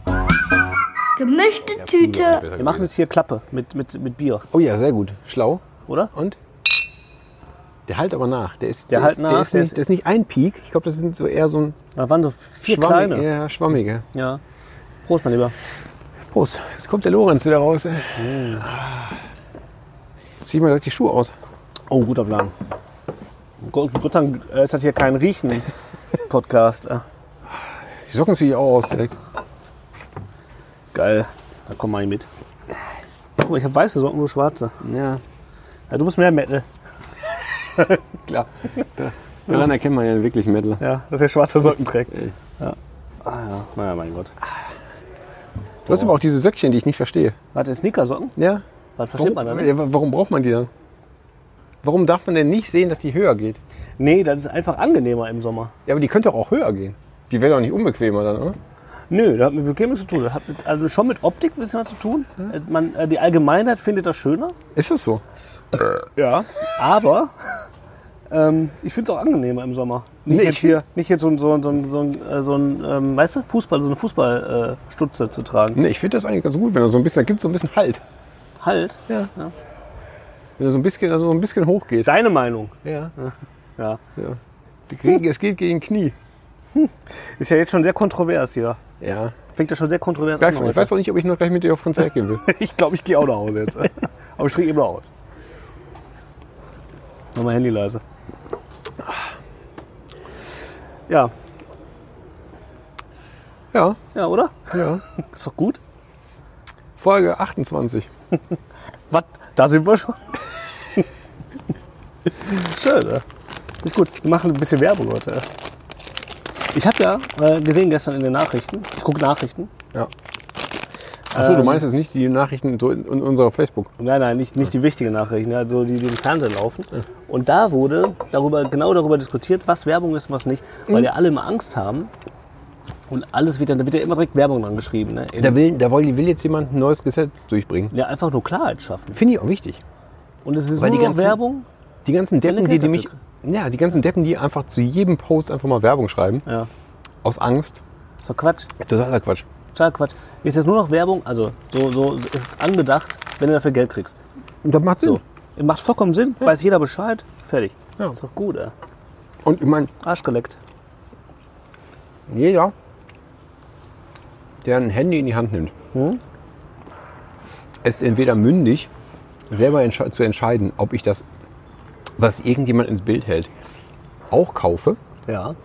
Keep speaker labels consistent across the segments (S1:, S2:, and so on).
S1: Gemischte Tüte.
S2: Wir machen jetzt hier Klappe mit, mit, mit Bier,
S3: Oh ja, sehr gut. Schlau.
S2: oder?
S3: Und? Der halt aber nach. Der ist,
S2: Der halt
S3: ist,
S2: nach,
S3: Der ist,
S2: der
S3: nicht,
S2: ist-
S3: der ist nicht ein Peak. Ich glaube, das sind so eher so ein
S2: Da waren so vier
S3: schwammig-
S2: kleine.
S3: Ja, schwammige.
S2: Ja. Prost, mein Lieber.
S3: Prost. Jetzt kommt der Lorenz wieder raus. Ey. Hm. Zieh mal direkt die Schuhe aus.
S2: Oh, guter Plan. Gott, Gott sei Dank äh, ist das hier kein Riechen-Podcast. Ah,
S3: Die Socken ziehe ich auch aus direkt.
S2: geil. Da komm mal mit. Guck mal, ich habe weiße Socken, nur schwarze.
S3: Ja,
S2: Ja, du bist mehr Metal.
S3: klar. Da, daran erkennt man ja wirklich Metal.
S2: Ja, dass er schwarze Socken trägt. Ja. Ah ja, naja, mein Gott.
S3: Du hast aber auch diese Söckchen, die ich nicht verstehe.
S2: Warte, Sneakersocken?
S3: Ja?
S2: Was versteht man da nicht?
S3: Ja, wa- Warum braucht man die dann? Warum darf man denn nicht sehen, dass die höher geht?
S2: Nee, das ist einfach angenehmer im Sommer.
S3: Ja, aber die könnte doch auch höher gehen. Die wäre doch nicht unbequemer dann, oder?
S2: Nö, das hat mit Bequem nichts zu tun. Das hat mit, also schon mit Optik ein bisschen was zu tun. Äh, Man, äh, die Allgemeinheit findet das schöner.
S3: Ist das so?
S2: Ja. Aber ähm, ich finde es auch angenehmer im Sommer. Nicht
S3: Nee,
S2: jetzt
S3: ich-
S2: hier, nicht jetzt so ein, so ein, so ein, so ein, äh, so ein ähm, weißt du, Fußball, so eine Fußballstutze zu tragen.
S3: Ne, ich finde das eigentlich ganz gut, wenn er so ein bisschen, da gibt so ein bisschen Halt.
S2: Halt.
S3: Ja. Wenn er so ein bisschen, also so ein bisschen hoch geht.
S2: Deine Meinung.
S3: Ja.
S2: Ja.
S3: Die kriegen, es geht gegen Knie.
S2: Ist ja jetzt schon sehr kontrovers hier.
S3: Ja.
S2: Fängt ja schon sehr kontrovers
S3: Gleich,
S2: an.
S3: ich weiß auch nicht, ob ich noch gleich mit dir auf Konzert gehen will.
S2: ich glaube, ich gehe auch nach Hause jetzt. Aber ich trinke eben noch aus. Mach mein Handy leise. Ja,
S3: Ja,
S2: ja, oder?
S3: ja.
S2: Ist doch gut.
S3: Folge 28.
S2: Was? Da sind wir schon. Schön, ne? Ist gut. Wir machen ein bisschen Werbung heute. Ich habe ja äh, gesehen gestern in den Nachrichten, ich gucke Nachrichten.
S3: Ja. Achso, du meinst jetzt nicht die Nachrichten so in, in unserer Facebook.
S2: Nein, nein, nicht, nicht die wichtigen Nachrichten, also die, die im Fernsehen laufen. Und da wurde darüber, genau darüber diskutiert, was Werbung ist und was nicht,
S3: Mhm.
S2: weil ja alle immer Angst haben. Und alles wird dann, da wird ja immer direkt Werbung dran geschrieben. Ne? In-
S3: Da will, da will, will jetzt jemand ein neues Gesetz durchbringen.
S2: Ja, einfach nur Klarheit schaffen.
S3: Finde ich auch wichtig.
S2: Und es ist
S3: Weil
S2: nur
S3: die
S2: noch
S3: ganzen-
S2: Werbung.
S3: Die ganzen Deppen, die, die mich.
S2: Geld
S3: Ja, die ganzen Deppen, die einfach zu jedem Post einfach mal Werbung schreiben,
S2: Ja,
S3: aus Angst.
S2: ist doch Quatsch.
S3: Ist Totaler Quatsch.
S2: Total Quatsch. Mir ist jetzt nur noch Werbung, also so, so ist es angedacht, wenn du dafür Geld kriegst.
S3: Und das macht Sinn.
S2: So. Macht vollkommen Sinn, weiß jeder Bescheid, fertig.
S3: Hm. Ja.
S2: Ist doch gut, ey.
S3: Und ich meine,
S2: Arsch geleckt.
S3: jeder, der ein Handy in die Hand nimmt,
S2: Hm?
S3: ist entweder mündig, selber entsche zu entscheiden, ob ich das, was irgendjemand ins Bild hält, auch kaufe
S2: Ja.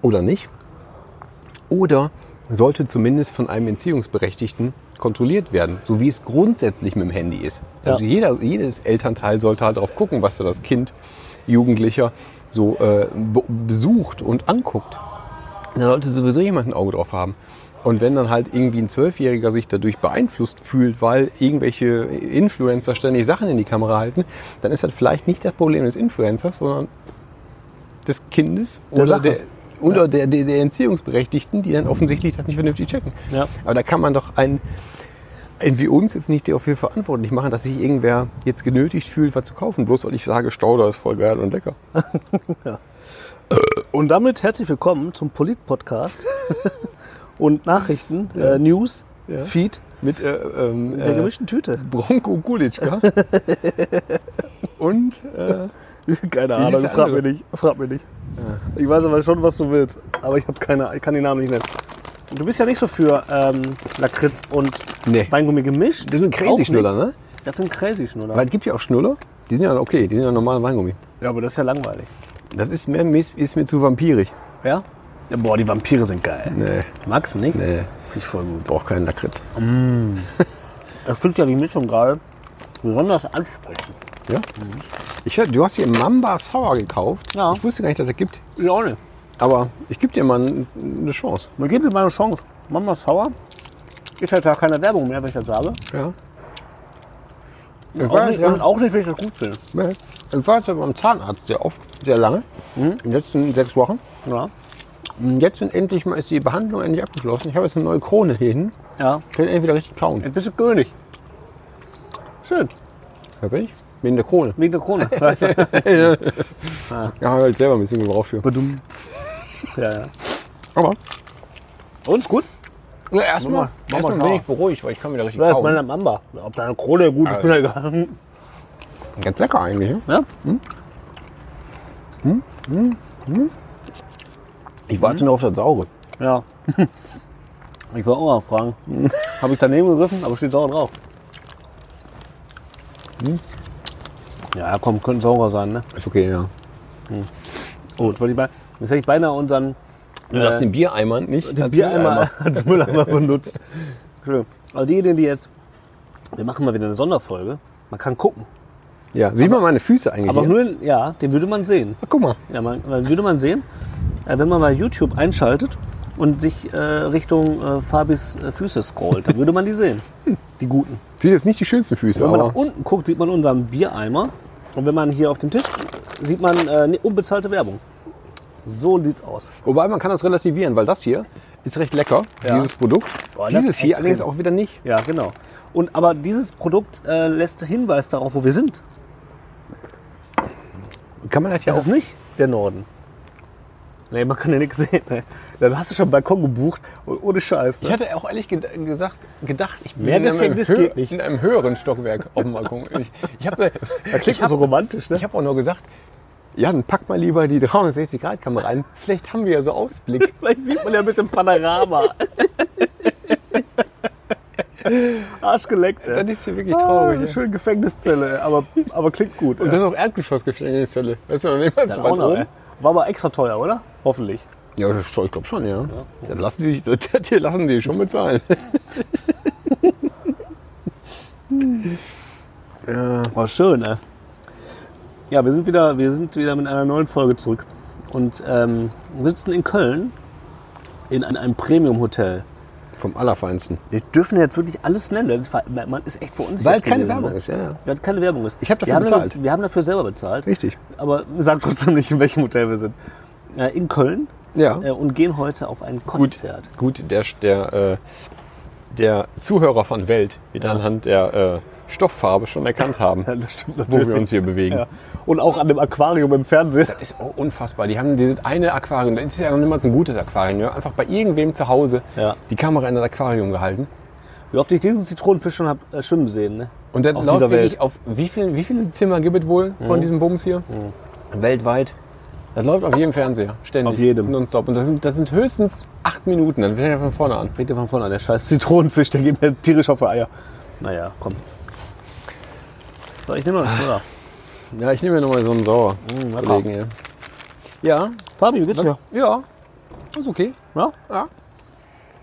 S3: oder nicht. Oder sollte zumindest von einem Entziehungsberechtigten kontrolliert werden, so wie es grundsätzlich mit dem Handy ist.
S2: Ja.
S3: Also jeder, jedes Elternteil sollte halt darauf gucken, was da das Kind, Jugendlicher so äh, be besucht und anguckt. Da sollte sowieso jemand ein Auge drauf haben. Und wenn dann halt irgendwie ein Zwölfjähriger sich dadurch beeinflusst fühlt, weil irgendwelche Influencer ständig Sachen in die Kamera halten, dann ist das vielleicht nicht das Problem des Influencers, sondern des Kindes
S2: Der
S3: oder,
S2: Sache.
S3: der, oder der, der, der Entziehungsberechtigten, die dann offensichtlich das nicht vernünftig checken.
S2: Ja.
S3: Aber da kann man doch einen, einen wie uns jetzt nicht dafür verantwortlich machen, dass sich irgendwer jetzt genötigt fühlt, was zu kaufen. Bloß weil ich sage, Stauder ist voll geil und lecker.
S2: Und damit herzlich willkommen zum Polit-Podcast und Nachrichten, äh, News,
S3: Ja.
S2: Feed
S3: Mit äh, ähm,
S2: der
S3: äh,
S2: gemischten Tüte.
S3: Bronco Kulitschka. Und
S2: keine
S3: äh, Wie hieß
S2: Ahnung,
S3: der
S2: frag
S3: andere?
S2: mich nicht. Frag mich nicht. Ich weiß aber schon, was du willst. Aber ich habe keine, ich kann den Namen nicht nennen. Du bist ja nicht so für ähm, Lakritz und
S3: Nee.
S2: Weingummi gemischt.
S3: Das sind
S2: Auch
S3: Crazy-Schnuller,
S2: nicht.
S3: ne?
S2: Das sind Crazy-Schnuller.
S3: weil es gibt ja auch Schnuller. Die sind ja okay, die sind ja normal Weingummi.
S2: Ja, aber das ist ja langweilig.
S3: Das ist mir, ist mir zu vampirig.
S2: Ja? ja? Boah, die Vampire sind geil.
S3: Nee,
S2: Magst du nicht?
S3: nee,
S2: Finde ich voll gut.
S3: braucht keinen Lakritz.
S2: Das fühlt ja die Mischung gerade besonders ansprechend.
S3: Ja? Ich hör, du hast hier Mamba Sour gekauft.
S2: Ja.
S3: Ich wusste gar nicht, dass das gibt.
S2: Ich auch nicht.
S3: Aber ich gebe dir mal n- eine Chance.
S2: Man gibt mir mal eine Chance. Mama Sauer. Ist halt gar keine Werbung mehr, wenn ich das sage.
S3: Ja. Ich
S2: Auch
S3: war,
S2: nicht,
S3: ja,
S2: und auch nicht, wenn ich das gut finde.
S3: nee. ich war jetzt ja beim Zahnarzt sehr oft, sehr lange.
S2: Hm?
S3: In den letzten sechs Wochen.
S2: Ja.
S3: Und jetzt sind endlich mal, ist die Behandlung endlich abgeschlossen. Ich habe jetzt eine neue Krone hier hin.
S2: ja.
S3: Ich kann endlich wieder richtig kauen.
S2: Jetzt bist du König. Schön.
S3: Hör ich? Wegen der Krone.
S2: Wegen der Krone. Weißt du?
S3: Ja, habe ich halt selber ein bisschen gebraucht für.
S2: Badum. ja, ja.
S3: Aber
S2: Uns gut?
S3: ja, erstmal
S2: mach mal
S3: erstmal
S2: klar.
S3: bin ich beruhigt, weil ich kann wieder richtig
S2: Ja, ich meine am
S3: kauen.
S2: Amber. Ob deine Krone gut ist, bin ich egal.
S3: Ganz lecker eigentlich. ne?
S2: Ja?
S3: Ich warte nur auf das Saure.
S2: Ja. Ich wollte auch mal fragen. Habe ich daneben gegriffen, aber steht sauer drauf. Hm? Ja, komm, könnte saurer sein, ne?
S3: Ist okay, ja.
S2: Oh, jetzt wollte ich mal. Jetzt hätte ich beinahe unseren
S3: Du darfst den Biereimer nicht.
S2: Äh, den Biereimer als Mülleimer benutzt. Schön. Also diejenigen, die jetzt. Wir machen mal wieder eine Sonderfolge. Man kann gucken.
S3: Ja, sieht man meine Füße eigentlich.
S2: Aber
S3: hier?
S2: nur, den- ja, den würde man sehen.
S3: Ach, guck mal.
S2: Ja, man, man würde man sehen, äh, wenn man bei YouTube einschaltet und sich äh, Richtung äh, Fabis äh, Füße scrollt, dann würde man die sehen. Die guten.
S3: Sieht jetzt nicht die schönsten Füße,
S2: Wenn man
S3: aber
S2: nach unten guckt, sieht man unseren Biereimer. Und wenn man hier auf den Tisch guckt, sieht man äh, ne- unbezahlte Werbung. So sieht's aus.
S3: wobei man kann das relativieren, weil das hier ist recht lecker,
S2: Ja.
S3: dieses Produkt.
S2: Boah, das
S3: dieses
S2: ist
S3: hier
S2: echt
S3: allerdings
S2: drin.
S3: auch wieder nicht.
S2: Ja, genau. Und aber dieses Produkt äh, lässt Hinweis darauf, wo wir sind.
S3: Kann man das ja
S2: Das
S3: auch
S2: ist nicht der Norden. Nee, man kann ja nichts sehen. Ne? Dann hast du schon einen Balkon gebucht, und ohne Scheiß. Ne?
S3: Ich hatte auch ehrlich ged gesagt, gedacht, ich bin
S2: Mehr
S3: in, einem
S2: Gefängnis
S3: hö-
S2: geht nicht.
S3: in einem höheren Stockwerk auf dem Balkon. Ich, ich habe
S2: klingt man so romantisch, ne?
S3: Ich habe auch nur gesagt, Jan, pack mal lieber die 360-Grad-Kamera ein. Vielleicht haben wir ja so Ausblick.
S2: Vielleicht sieht man ja ein bisschen Panorama. Arschgeleckt.
S3: Das ist hier wirklich traurig. ja.
S2: Ah, schön Gefängniszelle, aber, aber klingt gut.
S3: Ah, Und dann noch Erdgeschossgefängniszelle. Weißt du, dann nehmen wir uns mal um. oben.
S2: War aber extra teuer, oder? Hoffentlich.
S3: Ja, das- ich glaube schon, ja. Das, lassen die, das hier lassen die schon bezahlen.
S2: War schön, ey. Ja, wir sind wieder, wir sind wieder mit einer neuen Folge zurück und ähm, sitzen in Köln in ein- einem Premium-Hotel.
S3: Vom Allerfeinsten.
S2: Wir dürfen jetzt wirklich alles nennen. Das war, man ist echt verunsichert.
S3: Weil keine
S2: gewesen,
S3: Werbung
S2: ne?
S3: ist, ja, ja.
S2: Weil keine Werbung ist.
S3: Ich hab dafür
S2: wir haben
S3: bezahlt.
S2: Dafür, wir haben dafür selber bezahlt.
S3: Richtig.
S2: Aber sag trotzdem nicht, in welchem Hotel wir sind. Äh, in Köln
S3: Ja.
S2: äh, und gehen heute auf ein Konzert.
S3: Gut, der, der, äh, der Zuhörer von Welt wird anhand der äh, Stofffarbe schon erkannt haben,
S2: Ja, das stimmt
S3: wo wir uns hier bewegen.
S2: Ja. Und auch an dem Aquarium im Fernsehen.
S3: Ist auch unfassbar. Die haben dieses eine Aquarium, das ist ja noch niemals ein gutes Aquarium. Wir haben einfach bei irgendwem zu Hause
S2: Ja.
S3: die Kamera in das Aquarium gehalten.
S2: Wie oft ich diesen Zitronenfisch schon hab, äh, schwimmen sehen. Ne?
S3: Und dann
S2: Auf
S3: läuft
S2: dieser
S3: wirklich
S2: Welt.
S3: auf Mhm. wie, viel, wie viele Zimmer gibt es wohl von diesem Bums hier? Weltweit. Das läuft Mhm. auf jedem Fernseher, ständig.
S2: Auf jedem.
S3: Nonstop. Und das sind, das sind höchstens acht Minuten. Dann fängt er von vorne an.
S2: Fängt ja von vorne an, der scheiß Zitronenfisch, der geht mir tierisch auf die Eier. Naja, komm. So, ich nehme noch einen Schnuller.
S3: Ja, ich nehme mir nochmal so einen Sauer.
S2: lecker.
S3: Kollegen, ja. ja,
S2: Fabi, wie geht's dir?
S3: Ja, ist okay.
S2: Ja?
S3: Ja.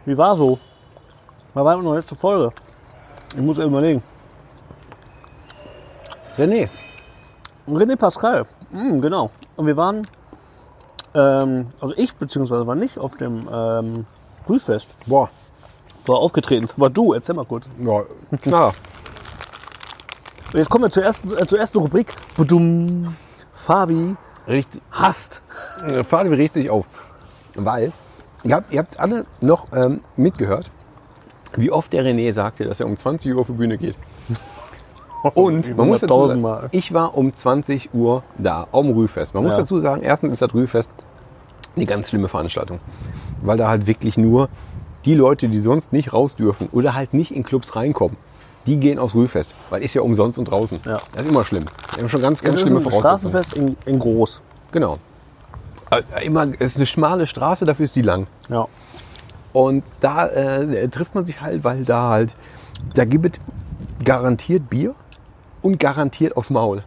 S2: Wie war so? War war noch letzte Folge. Ich muss eben überlegen.
S3: René.
S2: René Pascal, mm, genau. Und wir waren, ähm, also ich beziehungsweise war nicht auf dem ähm, Grüßfest.
S3: Boah,
S2: War aufgetreten. Aber du, erzähl mal kurz.
S3: ja, klar.
S2: Und jetzt kommen wir zur ersten, äh, zur ersten Rubrik. Budum. Fabi
S3: Richtig,
S2: hasst.
S3: äh, Fabi regt sich auf. Weil, ihr habt, ihr habt's alle noch ähm, mitgehört, wie oft der René sagte, dass er um 20 Uhr auf die Bühne geht. Und man muss dazu sagen,
S2: Hunderttausendmal.
S3: ich war um 20 Uhr da, am Rühfest. Man muss
S2: Ja.
S3: dazu sagen, erstens ist das Rühfest eine ganz schlimme Veranstaltung. Weil da halt wirklich nur die Leute, die sonst nicht raus dürfen oder halt nicht in Clubs reinkommen, die gehen aufs Rühfest. Weil ist ja umsonst und draußen.
S2: Ja.
S3: Das ist immer schlimm. Wir haben schon ganz,
S2: Es
S3: ganz
S2: ist
S3: schlimme
S2: ein
S3: Voraussetzungen.
S2: Straßenfest in, in groß.
S3: Genau. Äh, Immer, es ist eine schmale Straße, dafür ist die lang.
S2: Ja.
S3: Und da äh, trifft man sich halt, weil da halt, da gibt es garantiert Bier und garantiert aufs Maul.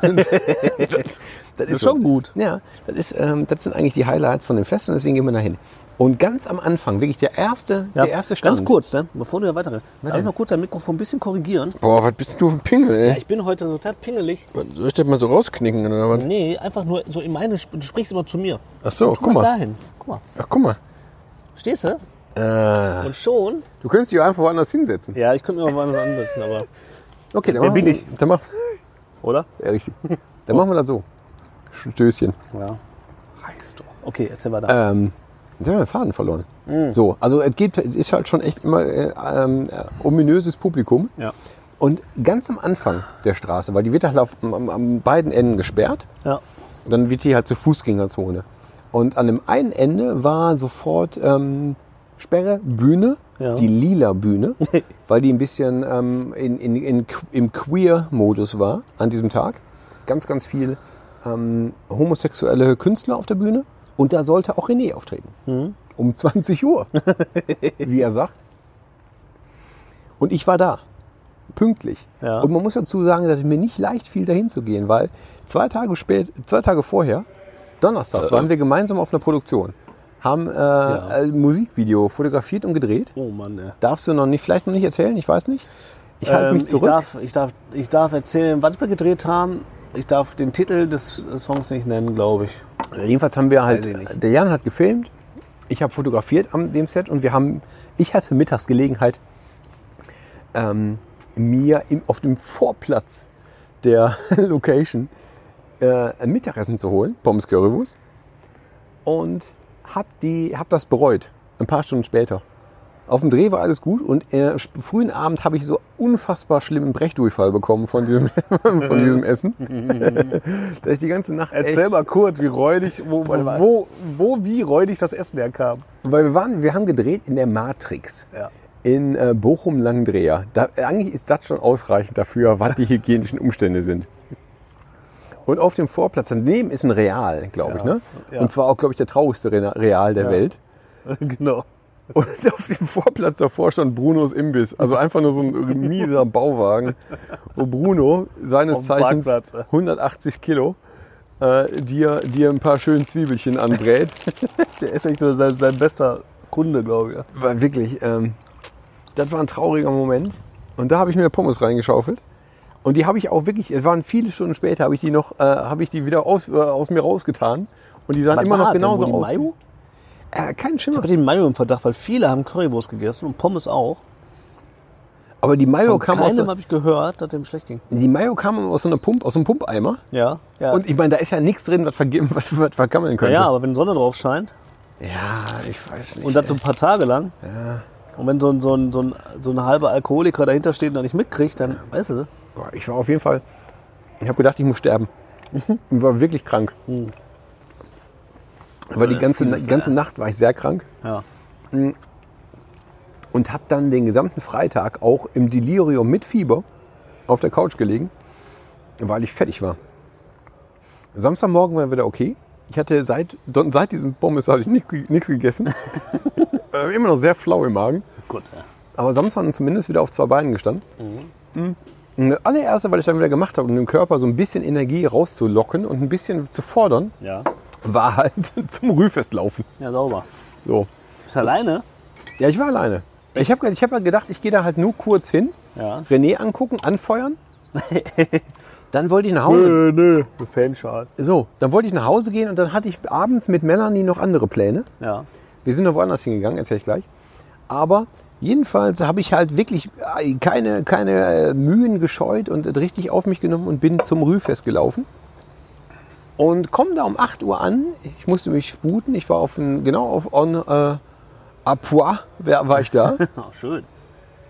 S3: sind, das, das
S2: ist schon gut.
S3: Ja, das, ist, ähm, das sind eigentlich die Highlights von dem Fest und deswegen gehen wir da hin. Und ganz am Anfang, wirklich der erste,
S2: ja.
S3: der erste Stand.
S2: Ganz kurz, ne? bevor du ja weiterredest. Darf ich mal kurz dein Mikrofon ein bisschen korrigieren?
S3: Boah, was bist du für ein Pingel, ey?
S2: Ich bin heute total pingelig.
S3: Soll ich das mal so rausknicken oder was?
S2: Nee, einfach nur so in meine. Sp- Du sprichst immer zu mir.
S3: Ach so,
S2: Guck mal. Dahin. Guck mal.
S3: Ach, guck mal.
S2: Stehst du? Und schon?
S3: Du könntest dich auch einfach woanders hinsetzen.
S2: Ja, ich könnte mir auch woanders ansetzen, aber.
S3: Okay, dann
S2: Wer
S3: machen
S2: bin
S3: wir-
S2: ich?
S3: Dann, mach,
S2: Oder?
S3: ja, richtig. dann machen wir das so. Stößchen.
S2: Ja. Äh.
S3: Reiß doch.
S2: Okay, erzähl mal da.
S3: Ähm, jetzt haben wir den Faden verloren. So, also es gibt, es ist halt schon echt immer äh, ähm, äh, ominöses Publikum.
S2: Ja.
S3: Und ganz am Anfang der Straße, weil die wird halt auf, am, am beiden Enden gesperrt.
S2: Ja.
S3: Und dann wird die halt zur Fußgängerzone. Und an dem einen Ende war sofort ähm, Sperre, Bühne,
S2: Ja.
S3: die lila Bühne, weil die ein bisschen ähm, in, in, in, im Queer-Modus war an diesem Tag. Ganz, ganz viel ähm, homosexuelle Künstler auf der Bühne. Und da sollte auch René auftreten. Um 20 Uhr, wie er sagt. Und ich war da pünktlich.
S2: Ja.
S3: Und man muss dazu sagen, dass es mir nicht leicht fiel, dahin zu gehen, weil zwei Tage spät, zwei Tage vorher, Donnerstags, waren wir gemeinsam auf einer Produktion, haben äh, ein Musikvideo fotografiert und gedreht.
S2: Oh Mann, ey.
S3: Darfst du noch nicht, vielleicht noch nicht erzählen, ich weiß nicht. Ich halte
S2: Ähm,
S3: mich zurück.
S2: Ich darf, ich, darf, ich darf erzählen, was wir gedreht haben. Ich darf den Titel des Songs nicht nennen, glaube ich.
S3: Jedenfalls haben wir
S2: Weiß ich nicht.
S3: halt, der Jan hat gefilmt, ich habe fotografiert an dem Set und wir haben, ich hatte mittags Gelegenheit, ähm, mir im, auf dem Vorplatz der Location äh, ein Mittagessen zu holen, Pommes Currywurst, und hab, die, hab das bereut, ein paar Stunden später. Auf dem Dreh war alles gut und äh, sp- frühen Abend habe ich so unfassbar schlimmen Brechdurchfall bekommen von diesem, von diesem Essen, dass ich die ganze Nacht echt-
S2: mal kurz, wie räudig, wo, wo, wo wie räudig das Essen herkam.
S3: Weil wir waren, wir haben gedreht in der Matrix.
S2: Ja.
S3: In äh, Bochum-Langdreher. Da, eigentlich ist das schon ausreichend dafür, was die hygienischen Umstände sind. Und auf dem Vorplatz daneben ist ein Real, glaube ich. Ne?
S2: Ja.
S3: Und zwar auch, glaube ich, der traurigste Re- Real der Welt.
S2: genau.
S3: Und auf dem Vorplatz davor stand Brunos Imbiss. Also einfach nur so ein mieser Bauwagen, wo Bruno, seines
S2: Auf dem
S3: Zeichens
S2: Parkplatz, ja.
S3: 180 Kilo, äh, dir, dir ein paar schöne Zwiebelchen anbrät.
S2: Der ist echt nur sein, sein bester Kunde, glaube ich.
S3: war wirklich, ähm, das war ein trauriger Moment. Und da habe ich mir Pommes reingeschaufelt. Und die habe ich auch wirklich, es waren viele Stunden später, habe ich die noch, äh, habe ich die wieder aus, äh, aus mir rausgetan. Und die sahen
S2: Was
S3: immer
S2: war
S3: noch
S2: denn?
S3: genauso
S2: Nur die
S3: aus.
S2: Mayo?
S3: Äh, kein
S2: Ich
S3: Schimmer.
S2: habe den Mayo im Verdacht, weil viele haben Currywurst gegessen und Pommes auch.
S3: Aber die Mayo
S2: Von
S3: kam aus,
S2: keinem
S3: so-
S2: habe ich gehört, dass dem schlecht ging.
S3: die Mayo kam aus so einer Pump, aus einem Pumpeimer.
S2: Ja, ja.
S3: Und ich meine, da ist ja nichts drin, was, vergeben, was, was vergammeln könnte.
S2: ja, aber wenn Sonne drauf scheint
S3: ja, ich weiß nicht.
S2: und das so ein paar Tage lang
S3: ja,
S2: und wenn so ein, so ein, so ein, so ein halber Alkoholiker dahinter steht und das nicht mitkriegt, dann, weißt du,
S3: boah, ich war auf jeden Fall, ich habe gedacht, ich muss sterben. Ich war wirklich krank. Aber die ganze, die ganze Nacht war ich sehr krank. Mhm.
S2: ja.
S3: und habe dann den gesamten Freitag auch im Delirium mit Fieber auf der Couch gelegen, weil ich fertig war. Samstagmorgen war wieder okay. Ich hatte seit, don- seit diesem Pommes hatte ich nichts ge- nichts gegessen. Äh, Immer noch sehr flau im Magen.
S2: Gut, ja.
S3: Aber Samstag zumindest wieder auf zwei Beinen gestanden. Mhm. Und das allererste, was ich dann wieder gemacht habe, um dem Körper so ein bisschen Energie rauszulocken und ein bisschen zu fordern,
S2: Ja,
S3: war halt zum Rühfest laufen.
S2: ja sauber.
S3: So.
S2: Bist du alleine?
S3: Ja, ich war alleine. Ich habe ich hab ja gedacht, ich gehe da halt nur kurz hin,
S2: Ja.
S3: René angucken, anfeuern. dann wollte ich nach Hause.
S2: nö. Eine Fanschal.
S3: So, dann wollte ich nach Hause gehen und dann hatte ich abends mit Melanie noch andere Pläne.
S2: Ja.
S3: Wir sind noch woanders hingegangen, erzähle ich gleich. Aber jedenfalls habe ich halt wirklich äh, keine, keine äh, Mühen gescheut und es richtig auf mich genommen und bin zum Rühfest gelaufen. Und komme da um 8 Uhr an. Ich musste mich sputen. Ich war auf ein, genau auf On äh, Apois wer- war ich da.
S2: Oh, schön.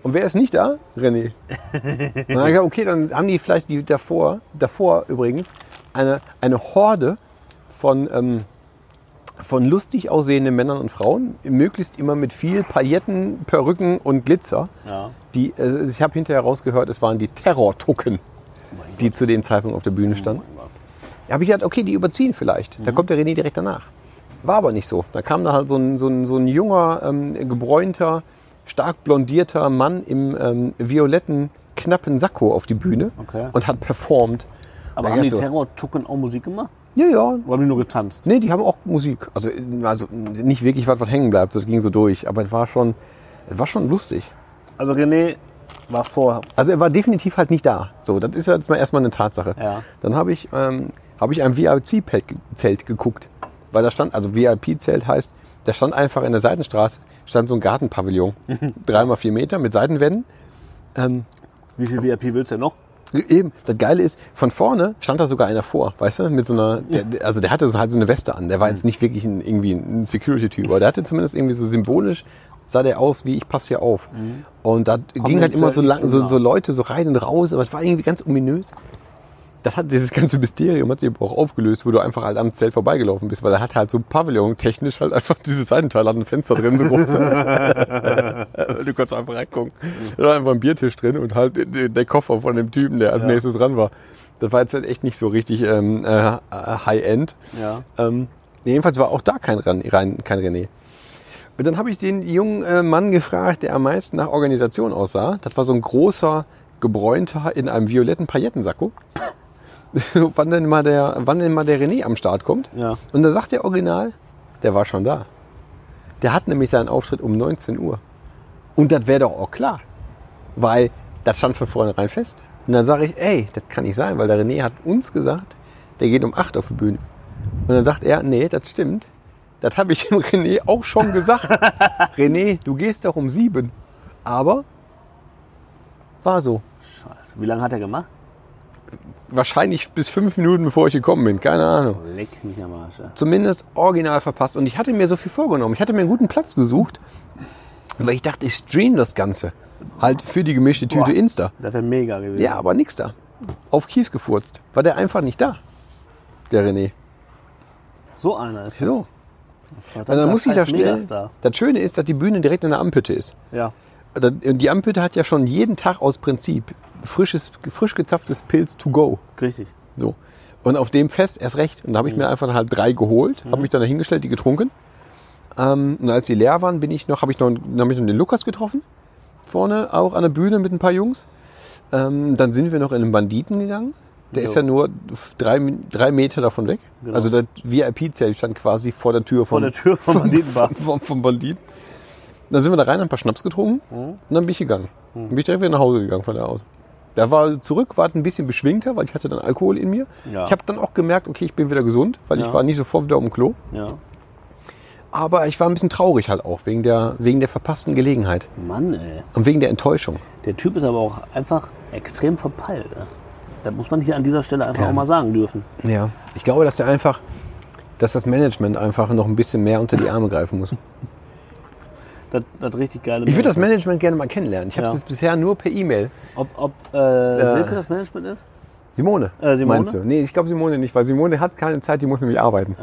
S3: Und wer ist nicht da? René. Und dann hab ich gesagt, okay, dann haben die vielleicht die davor, davor übrigens eine, eine Horde von, ähm, von lustig aussehenden Männern und Frauen, möglichst immer mit viel Pailletten, Perücken und Glitzer.
S2: Ja.
S3: Die, äh, ich habe hinterher rausgehört, es waren die Terrortucken,
S2: Oh
S3: die zu dem Zeitpunkt auf der Bühne standen. Da habe ich gedacht, okay, die überziehen vielleicht.
S2: Mhm.
S3: Da kommt der René direkt danach. War aber nicht so. Da kam da halt so ein, so ein, so ein junger, ähm, gebräunter, stark blondierter Mann im ähm, violetten, knappen Sakko auf die Bühne
S2: Okay.
S3: und hat performt.
S2: Aber
S3: Da
S2: haben die
S3: geht's so.
S2: Terror-Tucken auch Musik gemacht?
S3: Ja, ja.
S2: Oder haben die nur getanzt?
S3: Nee, die haben auch Musik. Also, äh, also nicht wirklich was, was hängen bleibt. Das ging so durch. Aber es war schon, es war schon lustig.
S2: Also René war vor.
S3: Also er war definitiv halt nicht da. So, das ist ja jetzt mal erstmal eine Tatsache.
S2: Ja.
S3: Dann habe ich, ähm, hab ich ein VIP-Zelt geguckt. Weil da stand, also VIP-Zelt heißt, Da stand einfach in der Seitenstraße stand so ein Gartenpavillon. Dreimal vier Meter mit Seitenwänden.
S2: Wie viel VIP willst du denn noch?
S3: Eben, das Geile ist, von vorne stand da sogar einer vor, weißt du, mit so einer, der, der- also der hatte so, halt so eine Weste an, der war jetzt nicht wirklich ein, irgendwie ein Security-Typ, aber der hatte zumindest irgendwie so symbolisch, sah der aus, wie ich passe hier auf. Und da gingen halt
S2: jetzt
S3: immer
S2: ja
S3: so,
S2: nicht
S3: lang,
S2: so
S3: so,
S2: nah.
S3: so Leute so rein und raus, aber es war irgendwie ganz ominös. Das hat dieses ganze Mysterium hat sich aber auch aufgelöst, wo du einfach halt am Zelt vorbeigelaufen bist, weil er hat halt so Pavillon technisch halt einfach dieses Seitenteil hat ein Fenster drin, so groß. du konntest einfach reingucken. Da war einfach ein Biertisch drin und halt der der Koffer von dem Typen, der als nächstes ran war. Das war jetzt halt echt nicht so richtig ähm, äh, High-End.
S2: Ja.
S3: Ähm, jedenfalls war auch da kein, Ran- rein, kein René. Und dann habe ich den jungen äh, Mann gefragt, der am meisten nach Organisation aussah. Das war so ein großer, gebräunter in einem violetten Paillettensacko. wann, denn mal der, wann denn mal der René am Start kommt.
S2: Ja.
S3: Und da sagt der Original, der war schon da. Der hat nämlich seinen Auftritt um 19 Uhr. Und das wäre doch auch klar. Weil das stand von vornherein fest. Und dann sage ich, ey, das kann nicht sein, weil der René hat uns gesagt, der geht um 8 auf die Bühne. Und dann sagt er, nee, das stimmt. Das habe ich dem René auch schon gesagt. René, du gehst doch um 7. Aber war so.
S2: Scheiße. Wie lange hat er gemacht?
S3: Wahrscheinlich bis fünf Minuten, bevor ich gekommen bin. Keine Ahnung.
S2: Leck mich am Arsch. ey.
S3: zumindest original verpasst. Und ich hatte mir so viel vorgenommen. Ich hatte mir einen guten Platz gesucht, weil ich dachte, ich stream das Ganze. Halt für die gemischte Tüte
S2: Boah.
S3: Insta.
S2: Das wäre mega gewesen.
S3: Ja, aber nix da. Auf Kies gefurzt. War der einfach nicht da, der René.
S2: So einer ist
S3: So.
S2: Verdammt,
S3: Und dann muss ich da schnell.
S2: Megastar.
S3: Das Schöne ist, dass die Bühne direkt in der Ampütte ist.
S2: Ja.
S3: Da- und Die Ampütte hat ja schon jeden Tag aus Prinzip frisches, frisch gezapftes Pilz to go.
S2: Richtig.
S3: So. Und auf dem Fest erst recht. Und
S2: Mhm.
S3: da habe ich mir einfach halt drei geholt, habe mich dann dahingestellt, die getrunken. Ähm, und als die leer waren, bin ich noch, habe ich noch, dann hab ich noch den Lukas getroffen. Vorne auch an der Bühne mit ein paar Jungs. Ähm, dann sind wir noch in den Banditen gegangen. Der
S2: Jo.
S3: ist ja nur f- drei, drei Meter davon weg.
S2: Genau.
S3: Also das VIP-Zelt stand quasi vor der Tür
S2: Vor
S3: vom,
S2: der Tür vom Bandidenbar.
S3: vom, vom Banditen. Dann sind wir da rein, haben ein paar Schnaps getrunken und dann bin ich gegangen. Dann bin ich direkt wieder nach Hause gegangen von da aus. Da war zurück, war ein bisschen beschwingter, weil ich hatte dann Alkohol in mir.
S2: Ja.
S3: Ich habe dann auch gemerkt, okay, ich bin wieder gesund, weil
S2: Ja.
S3: ich war nicht sofort wieder um Klo.
S2: Ja.
S3: Aber ich war ein bisschen traurig halt auch, wegen der, wegen der verpassten Gelegenheit
S2: Mann, ey.
S3: und wegen der Enttäuschung.
S2: Der Typ ist aber auch einfach extrem verpeilt. ey. Das muss man hier an dieser Stelle einfach auch mal sagen dürfen.
S3: Ja. Ich glaube, dass der einfach, dass das Management einfach noch ein bisschen mehr unter die Arme greifen muss.
S2: Das, das richtig geile
S3: Ich würde das Management gerne mal kennenlernen. Ich habe
S2: Ja.
S3: es jetzt bisher nur per E-Mail.
S2: Ob, ob äh, Silke das Management ist?
S3: Simone,
S2: Äh, Simone?
S3: meinst du? Nee, ich glaube Simone nicht, weil Simone hat keine Zeit, die muss nämlich arbeiten.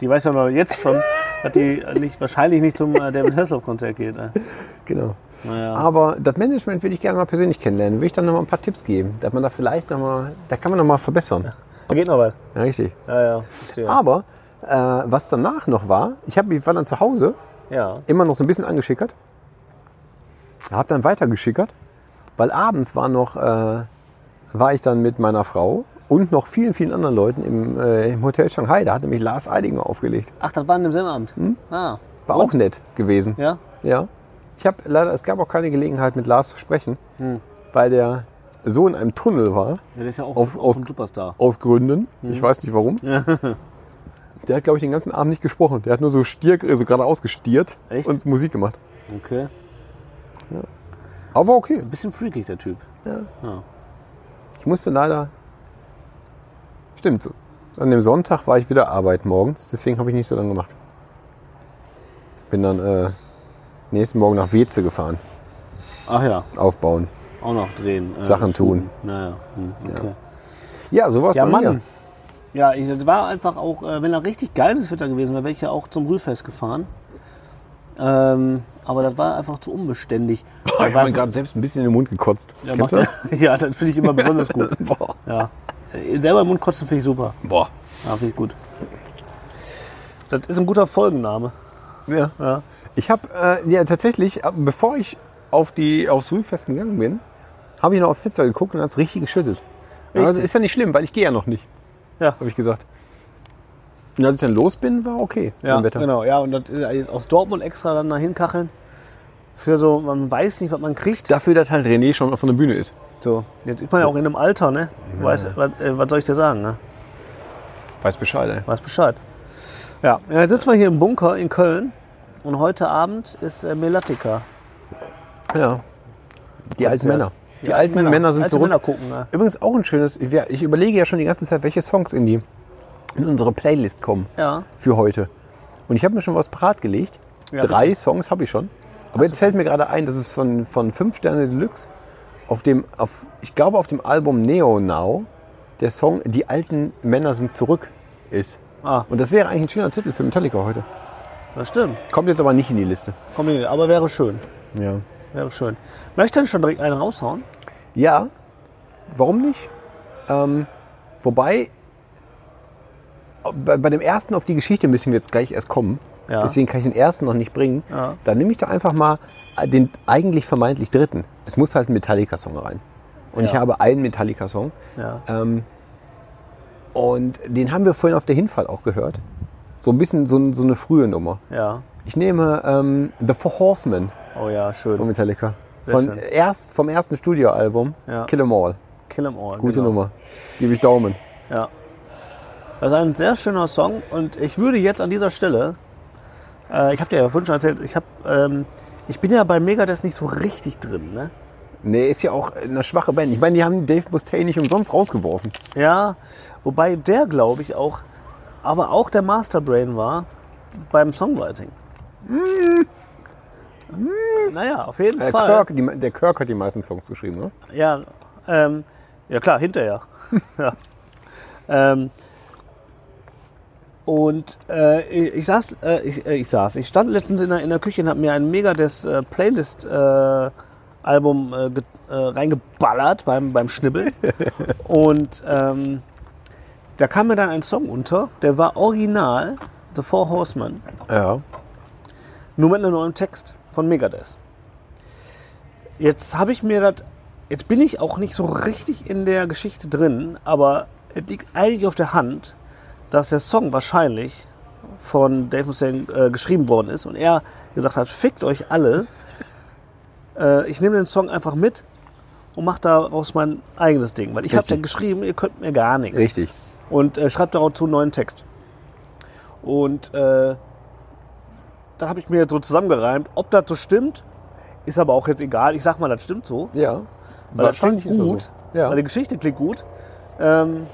S2: Die weiß ja noch jetzt schon, dass die nicht, wahrscheinlich nicht zum äh, David Hasselhoff-Konzert geht. ne? ey.
S3: Genau.
S2: Naja.
S3: Aber das Management würde ich gerne mal persönlich kennenlernen. Will ich dann noch mal ein paar Tipps geben, dass man da vielleicht noch mal, da kann man noch mal verbessern.
S2: Geht noch was.
S3: Ja, richtig.
S2: Ja, ja, verstehe.
S3: Aber äh, was danach noch war, ich, hab, ich war dann zu Hause,
S2: Ja.
S3: immer noch so ein bisschen angeschickert, habe dann weitergeschickert, weil abends war noch, äh, war ich dann mit meiner Frau und noch vielen, vielen anderen Leuten im, äh, im Hotel Shanghai. Da hat nämlich Lars Eidinger aufgelegt.
S2: Ach, das war an demselben Abend? Ah,
S3: War auch nett gewesen.
S2: ja.
S3: Ja. Ich habe leider, es gab auch keine Gelegenheit, mit Lars zu sprechen,
S2: Hm.
S3: weil der so in einem Tunnel war,
S2: Ja, Der ist ja auch,
S3: Auf-
S2: auch
S3: aus-
S2: ein Superstar.
S3: aus Gründen.
S2: Hm.
S3: Ich weiß nicht warum. Der hat, glaube ich, den ganzen Abend nicht gesprochen. Der hat nur so stier, also geradeaus gestiert
S2: Echt?
S3: und Musik gemacht.
S2: Okay.
S3: Aber war okay.
S2: Ein bisschen freakig, der Typ.
S3: Ich musste leider. Stimmt so. An dem Sonntag war ich wieder arbeiten morgens, deswegen habe ich nicht so lange gemacht. Bin dann äh, nächsten Morgen nach Weze gefahren,
S2: Ach ja,
S3: aufbauen.
S2: auch noch drehen. äh,
S3: Sachen
S2: Schuhen. Naja, hm, okay.
S3: Ja, so war es
S2: Ja,
S3: bei mir.
S2: Mann. Ja, ich, das war einfach auch, äh, wenn da richtig geiles Wetter gewesen wäre, wäre ich ja auch zum Rühlfest gefahren. Ähm, aber das war einfach zu unbeständig. Da
S3: ich
S2: war-
S3: habe mir gerade selbst ein bisschen in den Mund gekotzt.
S2: ja, macht
S3: Kennst du das?
S2: das? ja, das finde ich immer besonders gut.
S3: Boah.
S2: Ja. Äh, Selber im Mund kotzen finde ich super.
S3: Boah.
S2: Ja, finde ich gut. Das ist ein guter Folgenname.
S3: Ja.
S2: Ja.
S3: Ich habe äh, ja tatsächlich, ab- bevor ich auf die, aufs Rühlfest gegangen bin, habe ich noch auf Pizza geguckt und hat es richtig geschüttet. Also
S2: Richtig.
S3: ist ja nicht schlimm, weil ich gehe ja noch nicht,
S2: Ja.
S3: habe ich gesagt. Und als ich dann los bin, war okay
S2: Ja,
S3: beim Wetter.
S2: genau. Ja, und das, äh, jetzt aus Dortmund extra dann dahin kacheln. Für so, man weiß nicht, was man kriegt.
S3: Dafür, dass halt René schon auf der Bühne ist.
S2: So, jetzt ist man ja auch in einem Alter, ne? Weiß, was, äh, was soll ich dir sagen, ne?
S3: Weiß Bescheid, ey.
S2: Weiß Bescheid. Ja, ja, jetzt sitzen wir hier im Bunker in Köln und heute Abend ist äh, Melatica.
S3: Ja. Die alten Männer. Die alten Männer, sind
S2: Alte
S3: zurück.
S2: Männer gucken. Ne?
S3: Übrigens auch ein schönes. ja, Ich überlege ja schon die ganze Zeit, welche Songs in die in unsere Playlist kommen
S2: Ja.
S3: für heute. Und ich habe mir schon was parat gelegt.
S2: Ja,
S3: Drei Songs habe ich schon. Aber jetzt fällt mir gerade ein, das ist von, von Fünf Sterne Deluxe. Auf dem, auf, ich glaube, auf dem Album Neo Now der Song Die alten Männer sind zurück ist.
S2: Ah.
S3: Und das wäre eigentlich ein schöner Titel für Metallica heute.
S2: Das stimmt.
S3: Kommt jetzt aber nicht in die Liste.
S2: Komm hier, aber wäre schön.
S3: Ja.
S2: Wäre schön. Möchtest du denn schon direkt einen raushauen?
S3: Ja, warum nicht? Ähm, wobei, bei, bei dem ersten auf die Geschichte müssen wir jetzt gleich erst kommen.
S2: Ja.
S3: Deswegen kann ich den ersten noch nicht bringen.
S2: Ja.
S3: Dann nehme ich doch einfach mal äh, den eigentlich vermeintlich dritten. Es muss halt ein Metallica-Song rein. Und ich
S2: Ja.
S3: habe einen Metallica-Song.
S2: Ja.
S3: Ähm, und den haben wir vorhin auf der Hinfahrt auch gehört. So ein bisschen so, ein- so eine frühe Nummer.
S2: Ja.
S3: Ich nehme ähm, The Four Horsemen
S2: Oh ja,
S3: von
S2: schön.
S3: Metallica.
S2: Sehr
S3: Von
S2: schön.
S3: erst, vom ersten Studioalbum
S2: Ja.
S3: Kill 'Em All.
S2: Kill 'em all.
S3: Gute
S2: genau.
S3: Nummer. Gebe ich Daumen.
S2: Ja. Das ist ein sehr schöner Song und ich würde jetzt an dieser Stelle, äh, ich habe dir ja vorhin schon erzählt, ich, hab, ähm, ich bin ja bei Megadeth nicht so richtig drin, ne?
S3: Nee, ist ja auch eine schwache Band. Ich meine, die haben Dave Mustaine nicht umsonst rausgeworfen.
S2: Ja, wobei der, glaube ich, auch, aber auch der Masterbrain war beim Songwriting. Naja, auf jeden
S3: Mm. Äh,
S2: Fall.
S3: Kirk, die, der Kirk hat die meisten Songs geschrieben, ne?
S2: Ja, ähm, ja klar, hinterher. ja. ähm, und äh, ich, ich saß, äh, ich, äh, ich saß, ich stand letztens in der, in der Küche und habe mir ein Megadeth äh, Playlist äh, Album äh, ge- äh, reingeballert beim, beim Schnibbeln. und ähm, da kam mir dann ein Song unter, der war original, The Four Horsemen,
S3: Ja.
S2: nur mit einem neuen Text von Megadeth. Jetzt habe ich mir das. Jetzt bin ich auch nicht so richtig in der Geschichte drin, aber es liegt eigentlich auf der Hand, dass der Song wahrscheinlich von Dave Mustaine äh, geschrieben worden ist und er gesagt hat: Fickt euch alle, äh, ich nehme den Song einfach mit und mache daraus mein eigenes Ding. Weil ich habe
S3: Richtig.
S2: dann geschrieben, ihr könnt mir gar nichts
S3: Richtig.
S2: und äh, schreibt daraus einen neuen Text. Und äh, da habe ich mir so zusammengereimt, ob das so stimmt, ist aber auch jetzt egal. Ich sag mal, das stimmt so,
S3: Ja.
S2: weil das klingt
S3: das
S2: gut,
S3: so. Ja.
S2: weil die Geschichte klingt gut. Ähm,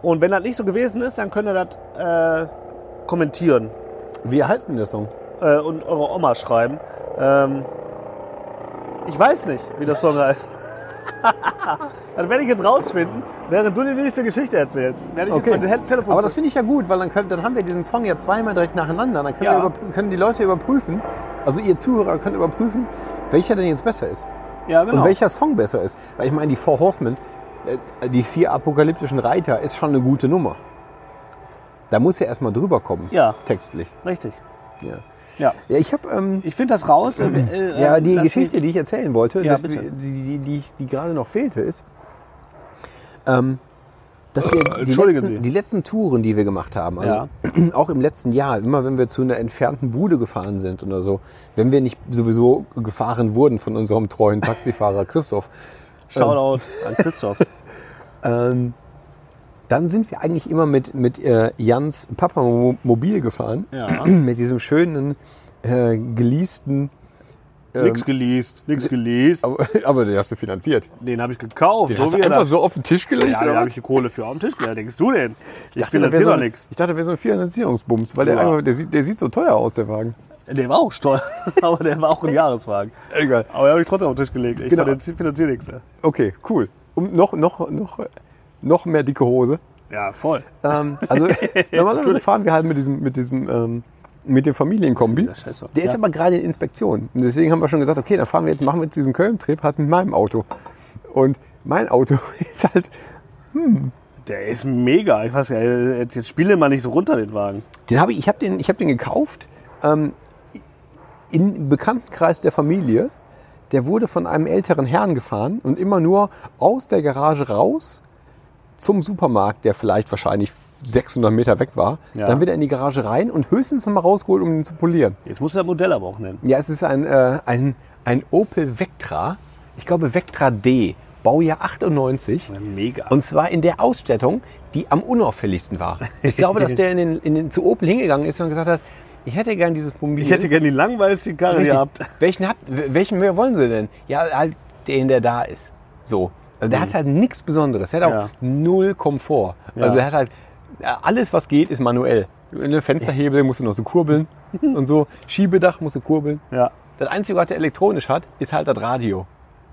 S2: und wenn das nicht so gewesen ist, dann könnt ihr das äh, kommentieren
S3: Wie heißt denn der Song?
S2: äh, und eure Oma schreiben. Ähm, ich weiß nicht, wie das Song heißt. das werde ich jetzt rausfinden, während du die nächste Geschichte erzählst. Werde ich jetzt mein Te- Telefon
S3: Aber das finde ich ja gut, weil dann, können, dann haben wir diesen Song ja zweimal direkt nacheinander. Dann können,
S2: Ja.
S3: wir überprü- können die Leute überprüfen, also ihr Zuhörer könnt überprüfen, welcher denn jetzt besser ist.
S2: Ja, genau.
S3: Und welcher Song besser ist. Weil ich meine, die Four Horsemen, äh, die vier apokalyptischen Reiter, ist schon eine gute Nummer. Da muss ja erstmal drüber kommen.
S2: Ja.
S3: Textlich.
S2: Richtig.
S3: Ja.
S2: Ja.
S3: Ja, ich habe. Ähm,
S2: Ich finde das raus. äh, äh,
S3: ja,
S2: äh,
S3: die
S2: dass
S3: Geschichte, die ich erzählen wollte,
S2: Ja,
S3: dass
S2: bitte.
S3: wir- die, die, die, die gerade noch fehlte, ist, ähm, dass wir die
S2: Entschuldigen Sie.
S3: letzten, die letzten Touren, die wir gemacht haben, also
S2: Ja.
S3: auch im letzten Jahr, immer wenn wir zu einer entfernten Bude gefahren sind oder so, wenn wir nicht sowieso gefahren wurden von unserem treuen Taxifahrer Christoph,
S2: Shoutout an Christoph.
S3: ähm, dann sind wir eigentlich immer mit, mit äh, Jans Papa Mo- mobil gefahren.
S2: Ja.
S3: Mit diesem schönen, äh, geleasten.
S2: nix geleast, nix geleast.
S3: Ähm, ne- Aber, aber den hast du finanziert.
S2: Den habe ich gekauft.
S3: Den hast du
S2: er
S3: einfach
S2: das-
S3: so auf den Tisch gelegt?
S2: Ja,
S3: oder
S2: da
S3: was?
S2: habe ich die Kohle für auf dem Tisch. gelegt. denkst du denn? Ich,
S3: dachte, da
S2: finanziere
S3: wär
S2: doch
S3: so, ein-
S2: nichts.
S3: Ich dachte, da wäre so ein Finanzierungsbums, weil der,
S2: Ja.
S3: einfach, der, sieht, der sieht so teuer aus, der Wagen.
S2: Der war auch steuer, aber der war auch ein Jahreswagen.
S3: Egal.
S2: Aber den habe ich trotzdem auf den Tisch gelegt. Ich
S3: Genau.
S2: finanziere finanzier nichts.
S3: Okay, cool. Um noch, noch, noch, noch mehr dicke Hose.
S2: Ja, voll.
S3: Ähm, also normalerweise fahren wir halt mit diesem, mit diesem, ähm, mit dem Familienkombi.
S2: Das ist wieder scheiße.
S3: Der ist
S2: Ja.
S3: aber gerade in Inspektion. Und deswegen haben wir schon gesagt, okay, dann fahren wir jetzt, machen wir jetzt diesen Köln-Trip halt mit meinem Auto. Und mein Auto ist halt,
S2: Der ist mega. Ich weiß ja, jetzt, jetzt spiele mal nicht so runter den Wagen.
S3: den habe ich, ich habe den, ich habe den gekauft ähm, im Bekanntenkreis der Familie. Der wurde von einem älteren Herrn gefahren und immer nur aus der Garage raus zum Supermarkt, der vielleicht wahrscheinlich 600 Meter weg war.
S2: Ja.
S3: Dann wieder in die Garage rein und höchstens nochmal rausgeholt, um ihn zu polieren.
S2: Jetzt muss er Modell aber auch nennen.
S3: Ja, es ist ein, äh, ein, ein Opel Vectra. Ich glaube Vectra D. Baujahr 98.
S2: Mega.
S3: Und zwar in der Ausstattung, die am unauffälligsten war. Ich glaube, dass der in den, in den, zu Opel hingegangen ist und gesagt hat, ich hätte gern dieses Mobil.
S2: Ich hätte gerne die langweiligste Karre
S3: Richtig.
S2: gehabt.
S3: Welchen, habt, welchen mehr wollen Sie denn? Ja, halt den, der da ist. So. Also der hat halt nichts Besonderes. Der hat auch
S2: Mhm. Ja.
S3: null Komfort. Also der hat halt, alles was geht, ist manuell. Eine Fensterhebel musst du noch so kurbeln und so. Schiebedach musst du kurbeln.
S2: Ja.
S3: Das Einzige, was der elektronisch hat, ist halt das Radio.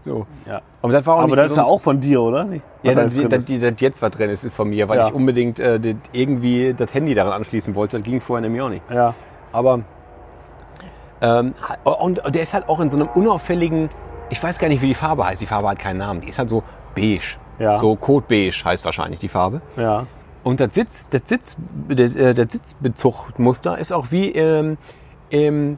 S3: So.
S2: ja.
S3: Aber das war auch
S2: Aber
S3: nicht
S2: das ist ja
S3: besonders-
S2: auch von dir, oder?
S3: ja,
S2: Was da
S3: dass
S2: jetzt drin
S3: das,
S2: ist.
S3: jetzt was drin ist, ist von mir, weil
S2: Ja.
S3: ich unbedingt äh, das irgendwie das Handy daran anschließen wollte. Das ging vorher nämlich auch nicht.
S2: ja.
S3: Aber ähm, und der ist halt auch in so einem unauffälligen, ich weiß gar nicht, wie die Farbe heißt. Die Farbe hat keinen Namen. Die ist halt so beige.
S2: Ja.
S3: So Code-Beige heißt wahrscheinlich die Farbe.
S2: ja.
S3: Und das, Sitz, das, Sitz, das, äh, das Sitzbezugmuster ist auch wie ähm, im,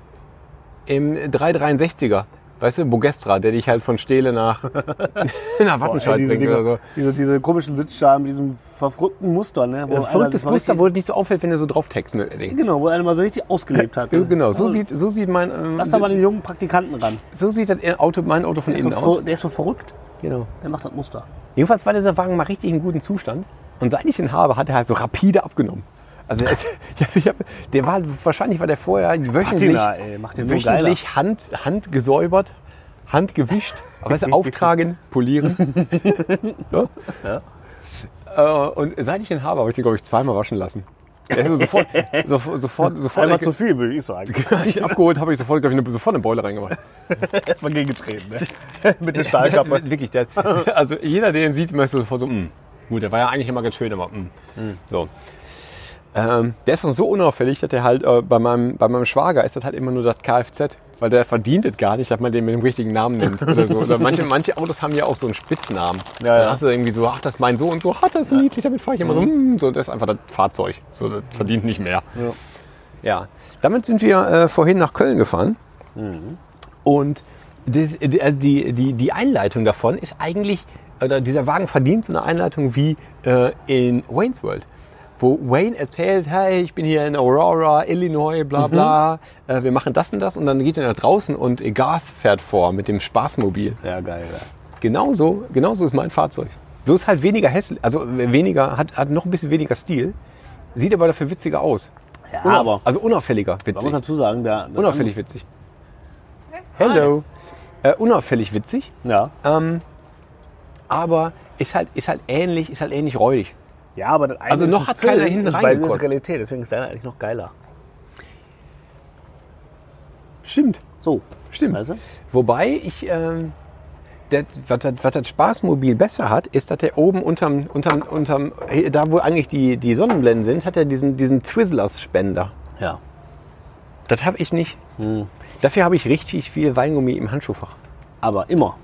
S3: im 363er. Weißt du, Bogestra, der dich halt von Stele nach, nach Wattenscheid
S2: diese,
S3: bringt
S2: Dinger-
S3: oder so.
S2: diese, diese komischen Sitzschalen mit diesem verrückten Muster, ne?
S3: Ein
S2: einer
S3: verrücktes
S2: das mal
S3: Muster,
S2: richtig-
S3: wo es nicht so auffällt, wenn du so drauf text. Ne?
S2: Genau, wo einer mal so richtig ausgelebt hat.
S3: So, Genau, so
S2: Also,
S3: sieht, so sieht mein, ähm,
S2: Lass da mal den jungen Praktikanten ran.
S3: so sieht das äh, Auto, mein Auto von
S2: Der ist, so
S3: innen aus.
S2: ver- der ist so verrückt,
S3: Genau.
S2: der macht das Muster.
S3: Jedenfalls war dieser Wagen mal richtig in gutem Zustand. Und seit ich den habe, hat er halt so rapide abgenommen. Also er ist, ja, ich hab, der war wahrscheinlich war der vorher wöchentlich,
S2: Patina, ey, macht den nur
S3: wöchentlich Hand, Hand gesäubert, Hand gewischt, weißt du, auftragen, polieren. so. Äh, Und seit ich den habe, habe ich den glaube ich zweimal waschen lassen. Der ist mir sofort, sofort, sofort, sofort
S2: Einmal zu viel, würde ich sagen.
S3: Hab ich abgeholt, habe ich sofort, glaube ich, eine, sofort eine Beule reingemacht.
S2: Erstmal gegengetreten, ne? Mit der
S3: Der hat- Wirklich, der, hat- also jeder, der den sieht, möchte sofort so, mm. gut, der war ja eigentlich immer ganz schön, aber mm. so. Ähm, der ist noch so unauffällig, dass der halt äh, bei, meinem, bei meinem Schwager ist das halt immer nur das Kfz, weil der verdient es gar nicht, dass man den mit dem richtigen Namen nennt oder so. Oder manche, manche Autos haben ja auch so einen Spitznamen.
S2: Ja, Mhm. ja.
S3: Dann hast du irgendwie so, ach, das ist mein so und so, ach, das ist niedlich, damit fahre ich immer so, mm, so, das ist einfach das Fahrzeug. So, das verdient nicht mehr.
S2: Ja.
S3: Ja, damit sind wir äh, vorhin nach Köln gefahren.
S2: Mhm.
S3: Und das, die, also die, die, die Einleitung davon ist eigentlich, oder dieser Wagen verdient so eine Einleitung wie äh, in Wayne's World. Wo Wayne erzählt, hey, ich bin hier in Aurora, Illinois,
S2: Mhm.
S3: bla bla, äh, wir machen das und das. Und dann geht er nach draußen und Garth fährt vor mit dem Spaßmobil.
S2: Ja, geil. Ja.
S3: Genauso, genauso ist mein Fahrzeug. Bloß halt weniger hässlich, also weniger, hat, hat noch ein bisschen weniger Stil, sieht aber dafür witziger aus.
S2: Ja,
S3: Unau-
S2: aber
S3: also unauffälliger,
S2: man
S3: witzig.
S2: muss dazu sagen, der, der
S3: Unauffällig witzig. Hello. Äh, unauffällig witzig,
S2: Ja.
S3: ähm, aber ist halt, ist halt ähnlich, ist halt ähnlich räudig.
S2: ja, aber das eine
S3: Also
S2: ist
S3: noch
S2: ein
S3: hat keiner
S2: Film
S3: hinten
S2: und das beide ist
S3: reingekotzt.
S2: Realität, deswegen ist deiner eigentlich noch geiler.
S3: Stimmt.
S2: So.
S3: Stimmt.
S2: Weißt du?
S3: Wobei ich, ähm, das, was, das, was das Spaßmobil besser hat, ist, dass der oben unterm, unterm, unterm äh, da wo eigentlich die, die Sonnenblenden sind, hat er diesen, diesen Twizzlers-Spender.
S2: Ja.
S3: Das habe ich nicht.
S2: Hm.
S3: Dafür habe ich richtig viel Weingummi im Handschuhfach.
S2: Aber immer.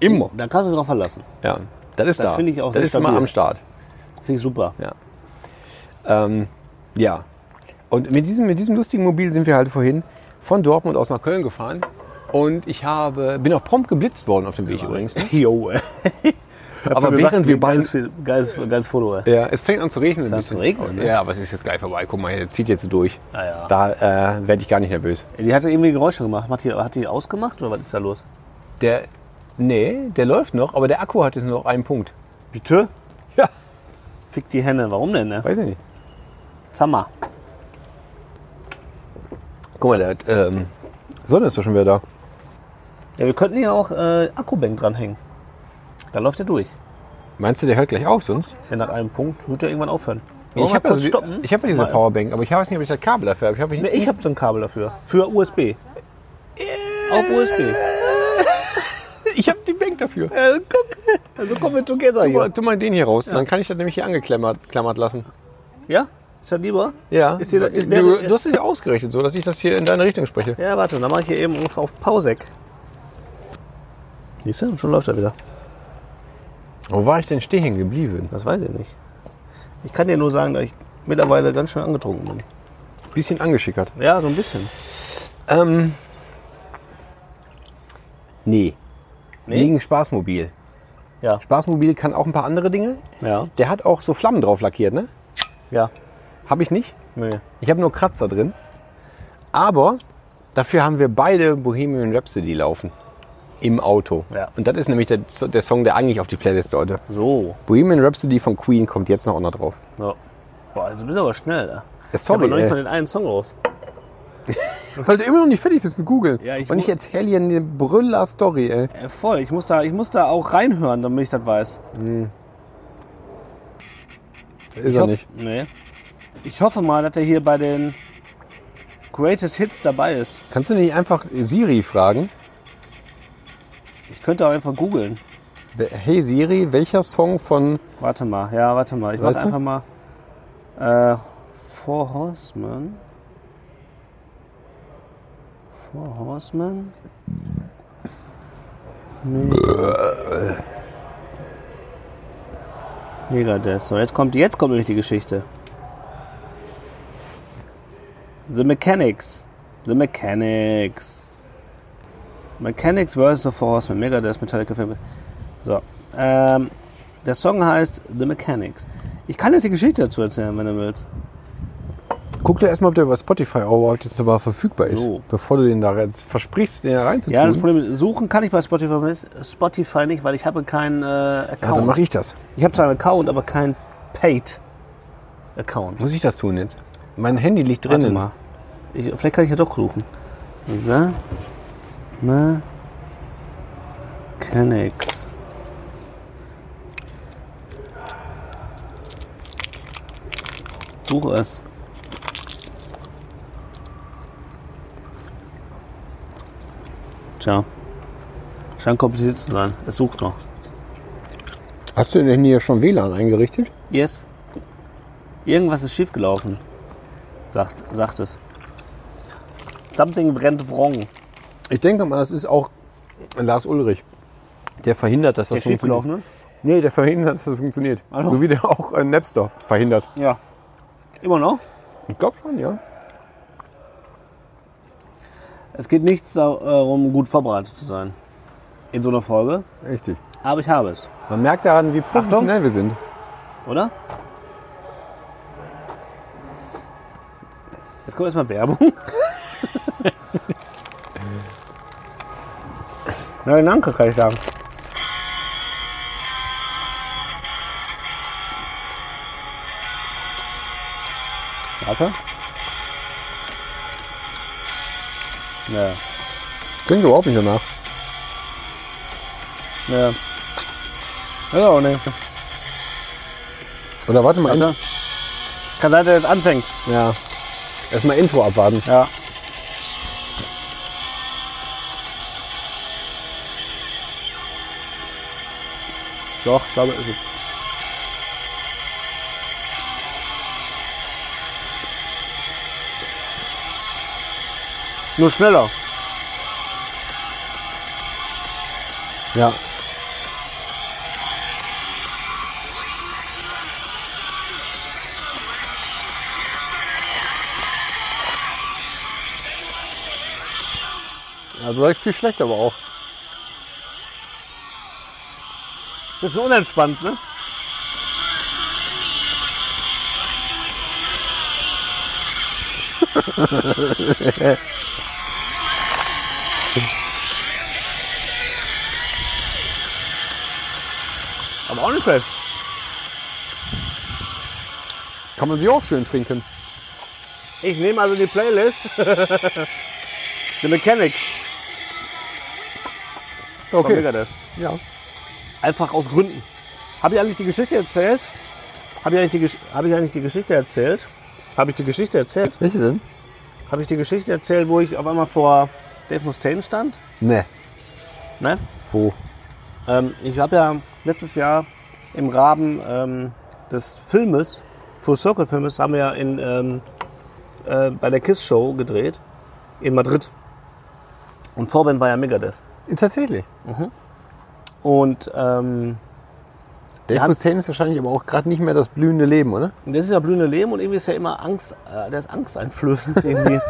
S3: Immer.
S2: Da kannst du dich drauf verlassen.
S3: Ja, das ist
S2: Das
S3: da.
S2: finde ich auch
S3: das
S2: sehr
S3: ist mal
S2: stabil.
S3: am Start.
S2: Finde ich super.
S3: Ja. Ähm, ja. Und mit diesem, mit diesem lustigen Mobil sind wir halt vorhin von Dortmund aus nach Köln gefahren. Und ich habe, bin auch prompt geblitzt worden auf dem Weg übrigens. ne?
S2: Jo, ey.
S3: Aber während wir beide.
S2: Geiles, Film- geiles, geiles Foto, ey.
S3: Ja, es fängt an zu regnen. Ein
S2: an zu
S3: bisschen.
S2: regnen, ne?
S3: Ja, aber es ist jetzt gleich vorbei. Guck mal, er zieht jetzt durch.
S2: Ah, ja.
S3: Da äh, werde ich gar nicht nervös.
S2: Die hatte irgendwie Geräusche gemacht. Hat die, hat die ausgemacht oder was ist da los?
S3: Der. Nee, der läuft noch, aber der Akku hat jetzt nur noch einen Punkt.
S2: Bitte?
S3: Ja.
S2: Fick die Henne. Warum denn, ne?
S3: Weiß ich nicht.
S2: Zammer.
S3: Guck mal, der hat, ähm, Sonne ist doch schon wieder da.
S2: Ja, wir könnten hier auch äh, Akkubank dranhängen. Da läuft er durch.
S3: Meinst du, der hört gleich auf sonst?
S2: Ja, nach einem Punkt wird er irgendwann aufhören. Wollen
S3: Ich
S2: wir
S3: habe
S2: kurz
S3: also, die-
S2: stoppen?
S3: ich hab ja diese
S2: Mal.
S3: Powerbank, aber ich weiß nicht, ob ich das Kabel dafür habe. Ich habe
S2: Ne, ich habe so ein Kabel dafür. Für USB. Auf USB.
S3: Ich habe die Bank dafür.
S2: Also kommen wir together
S3: Tu mal,
S2: hier.
S3: tu mal den hier raus, dann kann ich das nämlich hier angeklammert klammert lassen.
S2: Ja? Ist das lieber?
S3: Ja.
S2: Ist dir- ist-
S3: du,
S2: wäre-
S3: du hast es ja ausgerechnet, so dass ich das hier in deine Richtung spreche.
S2: Ja, warte, dann mache ich hier eben ungefähr auf Pausek. Siehst du? Und schon läuft er wieder.
S3: Wo war ich denn stehen geblieben?
S2: Das weiß ich nicht. Ich kann dir nur sagen, dass ich mittlerweile ganz schön angetrunken bin.
S3: Bisschen angeschickert.
S2: Ja, so ein bisschen.
S3: Ähm. Nee. Wegen Spaßmobil.
S2: Ja.
S3: Spaßmobil kann auch ein paar andere Dinge.
S2: Ja.
S3: Der hat auch so Flammen drauf lackiert, ne?
S2: Ja.
S3: Habe ich nicht.
S2: Nee.
S3: Ich habe nur Kratzer drin. Aber dafür haben wir beide Bohemian Rhapsody laufen. im Auto.
S2: Ja.
S3: Und das ist nämlich der, der Song, der eigentlich auf die Playlist sollte.
S2: So.
S3: Bohemian Rhapsody von Queen kommt jetzt noch auch noch drauf.
S2: Ja. Boah, jetzt bist du aber schnell. Da.
S3: Ja,
S2: Ich habe noch nicht
S3: ey.
S2: mal den einen Song raus.
S3: Weil du immer noch nicht fertig bist mit Google.
S2: Ja, ich
S3: Und
S2: mu-
S3: ich erzähle hier eine Brüller-Story, ey.
S2: Äh, voll, ich muss, da, ich muss da auch reinhören, damit ich das weiß.
S3: Ist
S2: ich
S3: er
S2: hoff-
S3: nicht.
S2: Nee. Ich hoffe mal, dass er hier bei den Greatest Hits dabei ist.
S3: Kannst du nicht einfach Siri fragen?
S2: Ich könnte auch einfach googeln.
S3: Hey Siri, welcher Song von...
S2: Warte mal, ja, warte mal. Ich mach
S3: Weißt du?
S2: einfach mal. Äh, Four Horsemen. Four Horsemen. Megadeth. So, jetzt kommt, jetzt kommt nämlich die Geschichte. The Mechanics. The Mechanics. Mechanics versus The Four Horsemen. Megadeth, Metallica, Film. So. Ähm, der Song heißt The Mechanics. Ich kann jetzt die Geschichte dazu erzählen, wenn du willst.
S3: Guck doch erstmal, ob der über Spotify überhaupt jetzt aber verfügbar ist.
S2: So.
S3: Bevor du den da jetzt versprichst, den da reinzutun.
S2: Ja, das Problem ist, suchen kann ich bei Spotify, nicht- Spotify nicht, weil ich habe keinen äh,
S3: ja, dann
S2: Account.
S3: mache Also ich das.
S2: ich habe zwar einen Account, aber keinen Paid Account.
S3: Muss ich das tun jetzt? Mein Handy liegt
S2: Warte
S3: drinnen.
S2: mal. Ich, vielleicht kann ich ja doch suchen. The Mechanics. Suche es. Tja. Scheint kompliziert zu sein. Es sucht noch.
S3: Hast du denn hier schon WLAN eingerichtet?
S2: Yes. Irgendwas ist schiefgelaufen. Sagt, sagt es. Something brennt wrong.
S3: Ich denke mal, das ist auch Lars Ulrich. Der verhindert, dass das funktioniert.
S2: ne?
S3: Nee, der verhindert, dass das funktioniert.
S2: Hallo?
S3: So wie der auch äh, Napster verhindert.
S2: Ja. Immer noch?
S3: Ich glaube schon, ja.
S2: Es geht nichts darum, gut vorbereitet zu sein. In so einer Folge.
S3: Richtig.
S2: Aber ich habe es,
S3: Man merkt daran, wie professionell wir sind.
S2: oder? Jetzt kommt erstmal Werbung. Nein, danke, kann ich sagen. Warte. Ja.
S3: Klingt überhaupt nicht danach.
S2: Ja. Ja, auch nicht.
S3: Oder warte mal.
S2: Warte. Kann sein, dass er jetzt anfängt.
S3: in- Ja. Erstmal Intro abwarten.
S2: Ja. Doch, glaube ich. ist es. Nur schneller.
S3: Ja. Also war ich viel schlechter, aber auch.
S2: Bisschen unentspannt, ne? Aber auch nicht schlecht.
S3: Kann man sich auch schön trinken.
S2: Ich nehme also die Playlist. The Mechanics. von Megadeth.
S3: Ja.
S2: Einfach aus Gründen. Habe ich eigentlich die Geschichte erzählt? Habe ich, eigentlich die Gesch- hab ich eigentlich die Geschichte erzählt? Habe ich die Geschichte erzählt?
S3: Welche denn?
S2: Habe ich die Geschichte erzählt, wo ich auf einmal vor Dave Mustaine stand?
S3: Ne.
S2: Ne?
S3: Wo?
S2: Ähm, ich habe ja letztes Jahr im Rahmen ähm, des Filmes, Full Circle Filmes, haben wir ja in, ähm, äh, bei der Kiss Show gedreht in Madrid. Und Vorband war ja Megadeth.
S3: Tatsächlich.
S2: Und ähm,
S3: Dave
S2: hat-
S3: Mustaine ist wahrscheinlich aber auch gerade nicht mehr das blühende Leben, oder?
S2: das ist ja blühende Leben und irgendwie ist ja immer Angst, äh, der ist angsteinflößend irgendwie.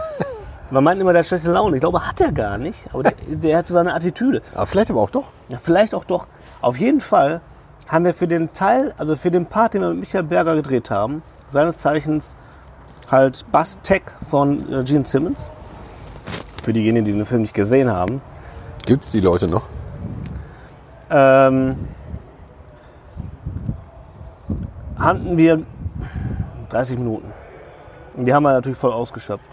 S2: Man meint immer, der hat schlechte Laune. Ich glaube, hat er gar nicht, aber der, der hat so seine Attitüde.
S3: Aber vielleicht aber auch doch.
S2: Ja, vielleicht auch doch. Auf jeden Fall haben wir für den Teil, also für den Part, den wir mit Michael Berger gedreht haben, seines Zeichens halt Bass Tech von äh, Gene Simmons. Für diejenigen, die den Film nicht gesehen haben.
S3: Gibt's die Leute noch?
S2: ähm, hatten wir 30 Minuten. Und die haben wir natürlich voll ausgeschöpft.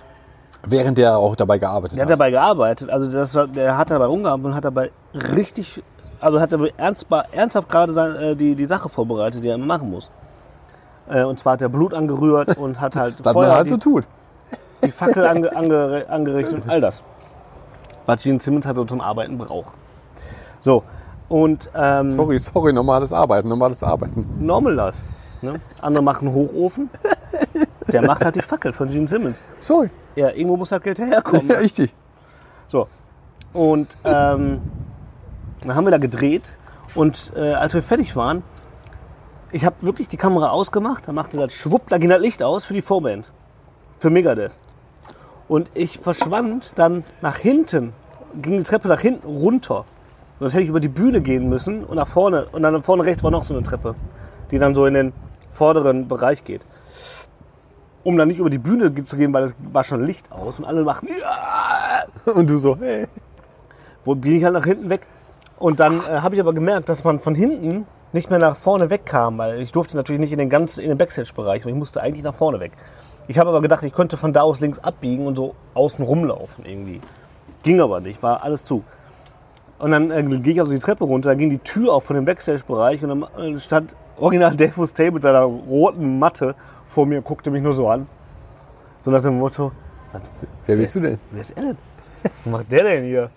S4: Während der auch dabei gearbeitet
S2: Der hat
S4: hat.
S2: dabei gearbeitet, also das war, der hat dabei rumgearbeitet und hat dabei richtig, also hat er wohl ernst, ernsthaft gerade sein, äh, die, die Sache vorbereitet, die er immer machen muss. Äh, und zwar hat er Blut angerührt und hat halt
S4: Was man
S2: Feuer,
S4: halt
S2: die,
S4: so tut.
S2: die Fackel ange, ange, angerichtet und all das. Was Gene Simmons halt so zum Arbeiten braucht. So, und ähm,
S4: Sorry, sorry, normales Arbeiten, normales Arbeiten.
S2: Normal Life. Ne? Andere machen Hochofen, der macht halt die Fackel von Gene Simmons.
S4: Sorry.
S2: Ja, irgendwo muss halt Geld herkommen.
S4: Ja, richtig.
S2: So. Und ähm, dann haben wir da gedreht und äh, als wir fertig waren, ich habe wirklich die Kamera ausgemacht, dann machte das schwupp, da ging das Licht aus für die Vorband. Für Megadeth. Und ich verschwand dann nach hinten, ging die Treppe nach hinten runter. Sonst hätte ich über die Bühne gehen müssen und nach vorne. Und dann vorne rechts war noch so eine Treppe, die dann so in den vorderen Bereich geht. Um dann nicht über die Bühne zu gehen, weil es war schon Licht aus und alle machten, ja,
S3: Und du so, hey.
S2: wo bin ich halt nach hinten weg. Und dann äh, habe ich aber gemerkt, dass man von hinten nicht mehr nach vorne wegkam, weil ich durfte natürlich nicht in den ganzen in den Backstage-Bereich, weil ich musste eigentlich nach vorne weg. Ich habe aber gedacht, ich könnte von da aus links abbiegen und so außen rumlaufen irgendwie. Ging aber nicht, war alles zu. Und dann äh, gehe ich also die Treppe runter, dann ging die Tür auf von dem Backstage-Bereich und dann äh, stand original Dave Mustaine mit seiner roten Matte vor mir, guckte mich nur so an. So nach dem Motto, was-
S3: Wer bist du denn?
S2: wer ist er denn? Was macht der denn hier?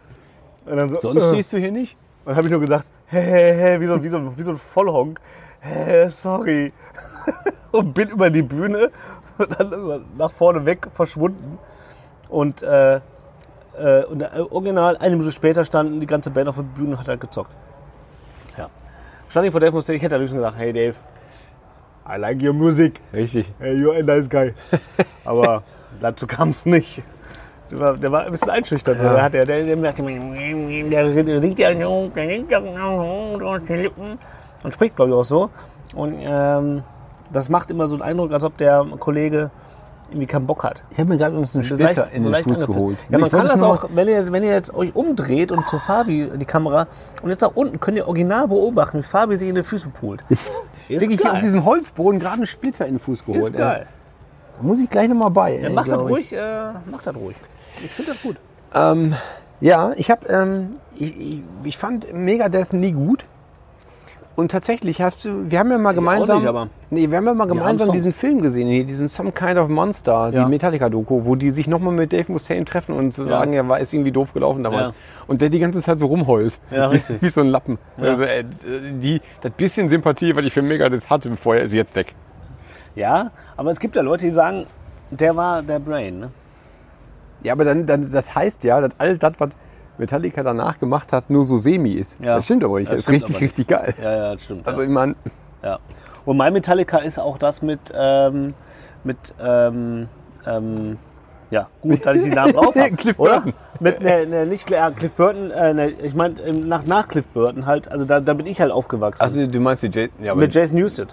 S2: Und dann so,
S3: Sonst
S2: äh.
S3: stehst du hier nicht?
S2: Und habe ich nur gesagt, hey, hey, hey, wie so, wie so, wie so ein Vollhonk. Hey, sorry. Und bin über die Bühne und dann nach vorne weg verschwunden. Und, äh, äh, und äh, original eine Minute später standen die ganze Band auf der Bühne und hat halt gezockt. Ja. Stand ich vor Dave Mustaine, ich hätte am liebsten gesagt, hey Dave, I like your music.
S3: Richtig.
S2: Hey, you're a nice guy. Aber dazu kam es nicht. Der war, der war ein bisschen einschüchternd. Der, hat, der, der, der, macht- der singt ja so, der singt ja so durch die Lippen und spricht, glaube ich, auch so. Und ähm, das macht immer so einen Eindruck, als ob der Kollege irgendwie keinen Bock hat.
S3: Ich habe mir gerade uns einen
S2: So
S3: Splitter
S2: leicht-
S3: in
S2: so
S3: den
S2: leicht
S3: Fuß
S2: angepisst.
S3: geholt.
S2: Ja, man
S3: Ich
S2: kann
S3: wollte
S2: das
S3: nur
S2: auch, wenn ihr, wenn ihr jetzt euch umdreht und zu Fabi die Kamera und jetzt nach unten könnt ihr original beobachten, wie Fabi sich in den Füßen pult. Ist
S3: Krieg ich hier auf
S2: geil.
S3: diesem Holzboden gerade einen Splitter in den Fuß geholt.
S2: Ist geil.
S3: ey. Muss ich gleich nochmal bei.
S2: Ja,
S3: ey,
S2: macht das
S3: glaub ich.
S2: ruhig, äh, macht das ruhig. Ich finde das gut.
S3: Ähm, ja, ich habe, ähm, ich, ich, ich fand Megadeth nie gut. Und tatsächlich hast du, wir haben ja mal gemeinsam,
S2: nicht, aber-
S3: nee, wir haben ja mal gemeinsam
S2: Song.
S3: diesen Film gesehen, hier, diesen Some Kind of Monster,
S2: Ja.
S3: die Metallica-Doku, wo die sich nochmal mit Dave Mustaine treffen und zu sagen, er war ist irgendwie doof gelaufen damals.
S2: Ja.
S3: Und der die ganze Zeit so rumheult,
S2: Ja, richtig.
S3: wie so ein Lappen. Also, äh, die, das bisschen Sympathie, was ich für Megadeth hatte, vorher ist jetzt weg.
S2: Ja, aber es gibt ja Leute, die sagen, der war der Brain. Ne?
S3: Ja, aber dann, dann das heißt ja, dass all das, was Metallica danach gemacht hat, nur so semi ist.
S2: Ja.
S3: Das stimmt aber nicht.
S2: Das
S3: Das, ist
S2: stimmt
S3: richtig,
S2: aber nicht.
S3: richtig geil.
S2: Ja, ja, das stimmt.
S3: Also ich meine,
S2: ja. Und mein Metallica ist auch das mit, ähm, mit, ähm, ähm, ja, gut, dass ich die Namen drauf habe.
S3: Cliff
S2: oder?
S3: Burton.
S2: Mit, ne, ne, nicht Cl- ja, Cliff Burton, äh, ne, ich meine, nach, nach Cliff Burton halt, also da, da bin ich halt aufgewachsen.
S3: also du meinst die J ja, aber-
S2: mit Jason Newsted.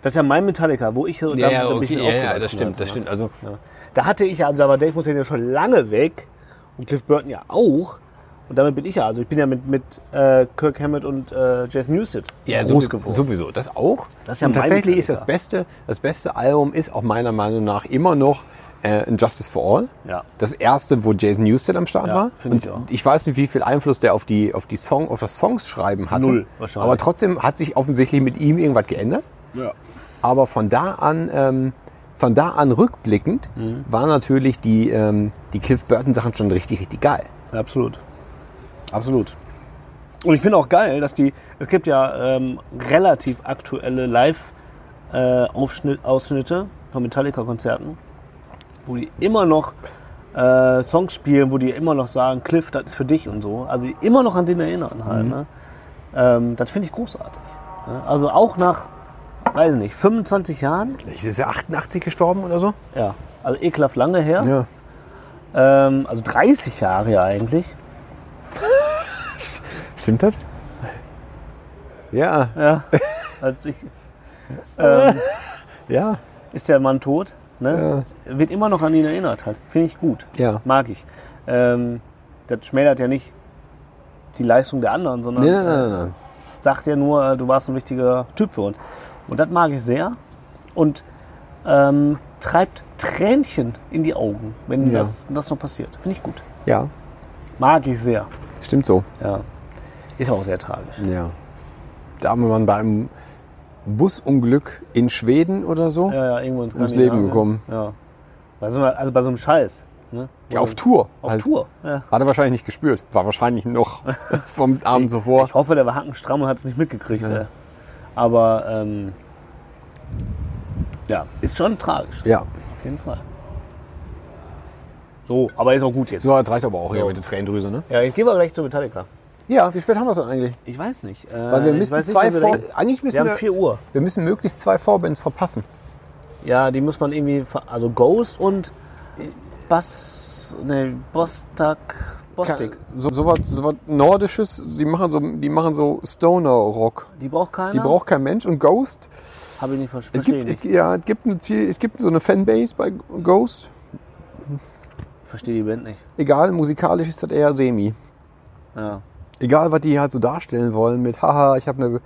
S2: Das ist ja mein Metallica, wo ich, da,
S3: ja, ja,
S2: da bin
S3: okay,
S2: ich mit
S3: ja, ja,
S2: aufgewachsen
S3: das stimmt,
S2: halt,
S3: das
S2: ne?
S3: stimmt. Also
S2: Da hatte ich ja, also da war Dave Mustaine ja schon lange weg und Cliff Burton ja auch. Und damit bin ich ja, also ich bin ja mit, mit äh, Kirk Hammett und äh, Jason Newsted
S3: ja,
S2: groß
S3: sowieso,
S2: geworden.
S3: sowieso, das auch.
S2: Das ist ja
S3: Und
S2: mein
S3: tatsächlich ist das
S2: Metallica.
S3: beste, das beste Album ist auch meiner Meinung nach immer noch äh, ein Justice for All.
S2: Ja.
S3: Das erste, wo Jason Newsted am Start
S2: Ja,
S3: war.
S2: find ich auch.
S3: Und ich weiß nicht, wie viel Einfluss der auf die auf die Song, auf das Songs schreiben hatte.
S2: Null, wahrscheinlich.
S3: Aber trotzdem hat sich offensichtlich mit ihm irgendwas geändert.
S4: Ja.
S3: Aber von da an, ähm, von da an rückblickend, waren natürlich die, ähm, die Cliff Burton Sachen schon richtig, richtig geil.
S2: Absolut. Absolut. Und ich finde auch geil, dass die, es gibt ja ähm, relativ aktuelle Live-Ausschnitte von Metallica-Konzerten, wo die immer noch äh, Songs spielen, wo die immer noch sagen, Cliff, das ist für dich und so. Also die immer noch an den erinnern halt. Ne? Ähm, das finde ich großartig. Ne? Also auch nach, weiß nicht, 25 Jahren,
S3: Ist er 88 gestorben oder so?
S2: ja, also ekelhaft lange her.
S3: Ja.
S2: Ähm, also 30 Jahre ja eigentlich.
S3: Stimmt das? Ja,
S2: Ja. Also ich, ähm,
S3: ja.
S2: ist der Mann tot? Ne? Wird immer noch an ihn erinnert halt. Finde ich gut.
S3: Ja.
S2: Mag ich. Ähm, das schmälert ja nicht die Leistung der anderen, sondern
S3: Nein, nein, nein, nein.
S2: sagt ja nur, äh, du warst ein wichtiger Typ für uns. Und das mag ich sehr. Und ähm, treibt Tränchen in die Augen, wenn
S3: Ja.
S2: das, das noch passiert. Finde ich gut.
S3: Ja,
S2: Mag ich sehr.
S3: stimmt so.
S2: Ja. Ist auch sehr tragisch.
S3: Ja. Da haben wir mal bei einem Busunglück in Schweden oder so.
S2: Ja, ja, irgendwo in
S3: Ums
S2: Skandinavien.
S3: Leben gekommen.
S2: Ja. Bei so einer, also bei so einem Scheiß. Ne?
S3: Ja, auf Tour.
S2: Auf
S3: halt.
S2: Tour. Ja.
S3: Hat er wahrscheinlich nicht gespürt. War wahrscheinlich noch vom Abend zuvor.
S2: Ich hoffe, der war hackenstramm und hat es nicht mitgekriegt.
S3: Ja.
S2: Ey. Aber ähm, ja, ist schon tragisch.
S3: Ja.
S2: Auf jeden Fall. So, aber ist auch gut jetzt.
S3: So, jetzt reicht aber auch hier mit der Tränendrüse, ne?
S2: Ja, ich gehe mal gleich zu Metallica.
S3: Ja, wie spät haben wir es denn eigentlich?
S2: Ich weiß nicht. Äh,
S3: Weil wir
S2: ich
S3: müssen
S2: weiß nicht,
S3: zwei
S2: wann wir
S3: Vor
S2: dahin-
S3: eigentlich
S2: Wir
S3: müssen
S2: haben
S3: wir,
S2: 4 Uhr.
S3: wir müssen möglichst zwei Vorbands verpassen.
S2: Ja, die muss man irgendwie. ver- Also Ghost und Bas. Ne, Bostak. Bostik.
S3: So, so, was, so was Nordisches, die machen so, die machen so Stoner-Rock.
S2: Die braucht keiner.
S3: Die braucht kein Mensch. Und Ghost,
S2: Habe ich nicht ver
S3: es
S2: verstehe
S3: gibt,
S2: Genau. nicht.
S3: ja, es, gibt eine Ziel, es gibt so eine Fanbase bei Ghost.
S2: Verstehe die Band nicht.
S3: Egal, musikalisch ist das eher semi.
S2: Ja.
S3: Egal, was die halt so darstellen wollen mit, haha, ich habe eine,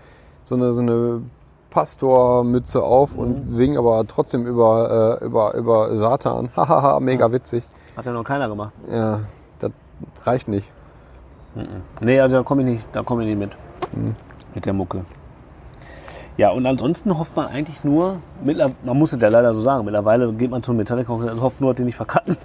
S3: so eine, so eine Pastormütze auf und sing aber trotzdem über, äh, über, über Satan. Hahaha, mega witzig.
S2: Hat ja noch keiner gemacht.
S3: Ja, das reicht nicht.
S2: Nee, also da komme ich nicht, da komme ich nicht mit.
S3: Hm.
S2: Mit der Mucke. Ja, und ansonsten hofft man eigentlich nur, mittler- man muss es ja leider so sagen, mittlerweile geht man zum Metallica und hofft nur, dass die nicht verkacken.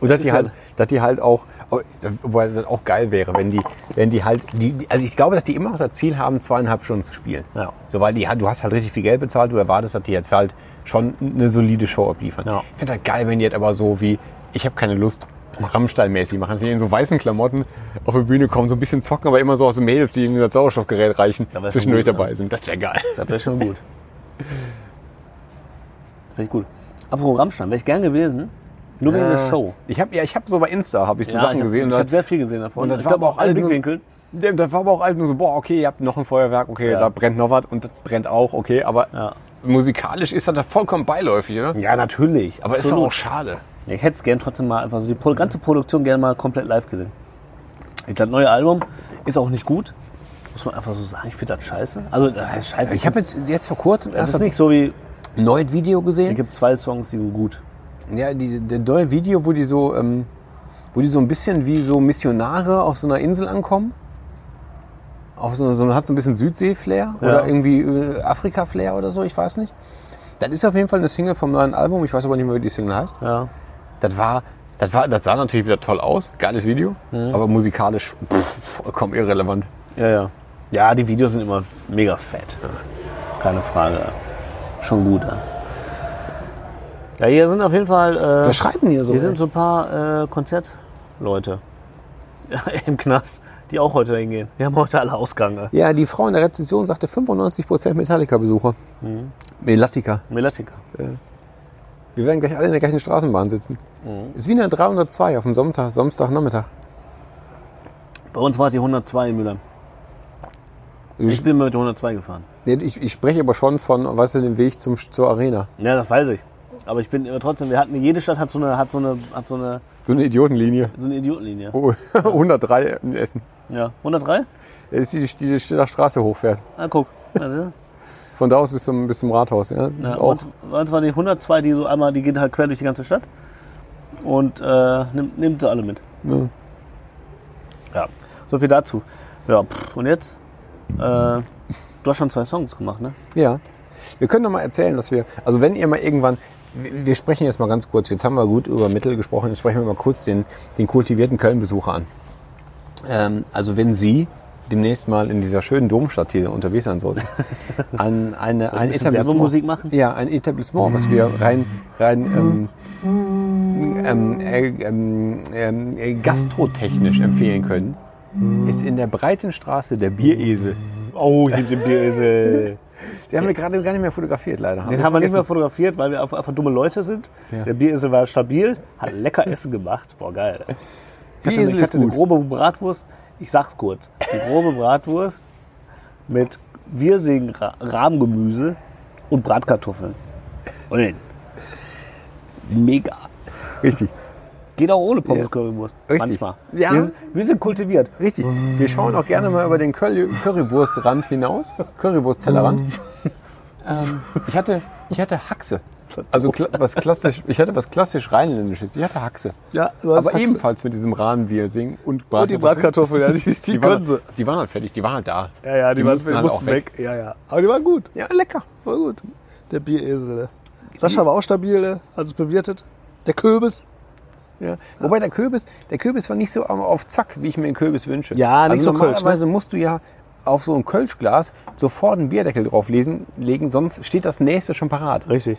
S3: Und dass
S2: Ist
S3: die,
S2: ja-
S3: halt, dass die halt auch, oh, wobei das auch geil wäre, wenn die, wenn die halt, die, die- also ich glaube, dass die immer noch das Ziel haben, zweieinhalb Stunden zu spielen.
S2: Ja.
S3: So, weil die, du hast halt richtig viel Geld bezahlt, du erwartest, dass die jetzt halt schon eine solide Show abliefern.
S2: Ja.
S3: Ich finde halt geil, wenn die jetzt aber so wie, ich habe keine Lust, Rammstein-mäßig machen, dass die in so weißen Klamotten auf die Bühne kommen, so ein bisschen zocken, aber immer so aus den Mädels, die ihnen das Sauerstoffgerät reichen,
S2: wär's schon
S3: zwischendurch
S2: gut,
S3: dabei sind. Das wäre geil.
S2: Das wäre schon gut. Finde ich gut. Apropos Rammstein, wäre ich gern gewesen, nur wegen der Show.
S3: Ich habe ja, ich habe so bei Insta habe ich so
S2: ich
S3: Sachen
S2: hab-
S3: gesehen.
S2: Ich
S3: und
S2: habe sehr viel gesehen davon.
S3: Und das
S2: ich
S3: war
S2: glaube
S3: aber
S2: auch
S3: auch
S2: alle
S3: alle nur-
S2: Blickwinkel.
S3: Ja, Da war aber auch halt nur so, boah, okay, ihr habt noch ein Feuerwerk, okay,
S2: Ja.
S3: da brennt noch was und das brennt auch, okay, aber
S2: Ja.
S3: musikalisch ist das da vollkommen beiläufig, oder?
S2: Ja, natürlich.
S3: Aber ist doch auch schade.
S2: Ich hätte es gern trotzdem mal einfach so die Pro- ganze Produktion gerne mal komplett live gesehen. Ich glaube, das neue Album ist auch nicht gut. Muss man einfach so sagen, ich finde das scheiße. Also, das heißt scheiße.
S3: Ich habe jetzt, jetzt vor kurzem
S2: Das
S3: erst
S2: ist
S3: das
S2: nicht so wie.
S3: neue Video
S2: Es
S3: gesehen.
S2: gibt zwei Songs, die sind gut.
S3: Ja, die, der neue Video, wo die so, ähm, wo die so ein bisschen wie so Missionare auf so einer Insel ankommen. Auf so, so hat so ein bisschen Südsee-Flair oder irgendwie äh, Afrika-Flair oder so, ich weiß nicht. Das ist auf jeden Fall eine Single vom neuen Album, ich weiß aber nicht mehr, wie die Single heißt.
S2: Ja.
S3: Das war, das war, das sah natürlich wieder toll aus, geiles Video, aber musikalisch pff, vollkommen irrelevant.
S2: Ja, ja. Ja, die Videos sind immer f- mega fett. Keine Frage. Schon gut. Ja, ja hier sind auf jeden Fall. Äh,
S3: Was schreiben hier so?
S2: Hier sind so ein paar äh, Konzertleute Ja, im Knast, die auch heute hingehen. Die haben heute alle Ausgang. äh.
S3: ja, die Frau in der Rezession sagte 95% Metallica-Besucher. Mhm. Melatica.
S2: Melatica.
S3: Wir werden gleich alle in der gleichen Straßenbahn sitzen. Ist wie in der 302 auf dem Sonntag, Samstagnachmittag.
S2: Bei uns war die 102 in Müllern. Ich bin immer mit der 102 gefahren.
S3: Nee, Ich, ich spreche aber schon von, weißt du, dem Weg zum, zur Arena.
S2: Ja, das weiß ich. Aber ich bin äh, trotzdem, wir hatten, jede Stadt hat so eine, hat so eine, hat so eine,
S3: So eine Idiotenlinie.
S2: so eine Idiotenlinie.
S3: Oh, 103 in Essen.
S2: Ja. 103?
S3: Das ist die, die, die Stiller Straße hochfährt.
S2: Ah, guck. Also,
S3: Von da aus bis zum, bis zum Rathaus. Ja?
S2: ja,
S3: Auch.
S2: uns, uns war die 102, die so einmal, die geht halt quer durch die ganze Stadt. Und äh, nimmt, nimmt sie alle mit.
S3: Ja.
S2: Ja. So viel dazu. Ja, pff, und jetzt? Äh, du hast schon zwei Songs gemacht, ne?
S3: Ja. Wir können doch mal erzählen, dass wir, also wenn ihr mal irgendwann, wir wir sprechen jetzt mal ganz kurz, jetzt haben wir gut über Mittel gesprochen, jetzt sprechen wir mal kurz den, den kultivierten Köln-Besucher an. Ähm, also wenn Sie demnächst mal in dieser schönen Domstadt hier unterwegs sein sollten, an eine, ein
S2: bisschen Werbemusik machen?
S3: Ja, ein Etablissement, was wir rein, rein ähm, ähm, äh, ähm, ähm, äh, gastrotechnisch empfehlen können, ist in der Breitenstraße der Bieresel.
S2: Oh, ich liebe den Bieresel.
S3: Den haben wir gerade gar nicht mehr fotografiert, leider.
S2: Den haben wir nicht mehr fotografiert, weil wir einfach, einfach dumme Leute sind.
S3: Ja.
S2: Der Bieresel war stabil, hat lecker Essen gemacht. Boah, geil. ey. Ich hatte,
S3: Bieresel
S2: ich
S3: ist
S2: hatte eine
S3: gut.
S2: grobe Bratwurst, ich sag's kurz, eine grobe Bratwurst mit wirsigen Ra Rahmgemüse und Bratkartoffeln. Und mega.
S3: Richtig.
S5: Geht auch ohne Pommes
S3: Ja.
S5: Currywurst.
S3: Richtig.
S5: Manchmal.
S3: Ja.
S5: Wir, sind- wir sind kultiviert.
S3: Richtig. Wir schauen auch gerne mal über den Curly Currywurstrand hinaus. Currywursttellerrand.
S5: Mhm.
S3: Ähm, ich, hatte, ich hatte Haxe. Also kla was klassisch, ich hatte was klassisch rheinländisches. Ich hatte Haxe.
S5: Ja, du hast
S3: Aber
S5: Haxe.
S3: ebenfalls mit diesem Rahmenwirsing und Brat
S5: Und die Bratkartoffeln, ja, die, die,
S3: Die waren,
S5: können sie.
S3: die waren halt fertig, die waren halt da.
S5: Ja, ja, die, waren,
S3: halt
S5: mussten
S3: auch
S5: weg. Ja, ja. Aber die waren gut.
S3: Ja, lecker.
S5: Voll gut. Der Bieresel. Ne? Sascha war auch stabil, ne? hat uns bewirtet. Der Kürbis.
S3: Ja. Wobei der Kürbis, der Kürbis war nicht so am- auf Zack, wie ich mir einen Kürbis wünsche. Also
S5: Ja, nicht so Kölsch, ne?
S3: Normalerweise musst du ja auf so ein Kölschglas sofort einen Bierdeckel drauflesen, legen, sonst steht das nächste schon parat.
S5: Richtig.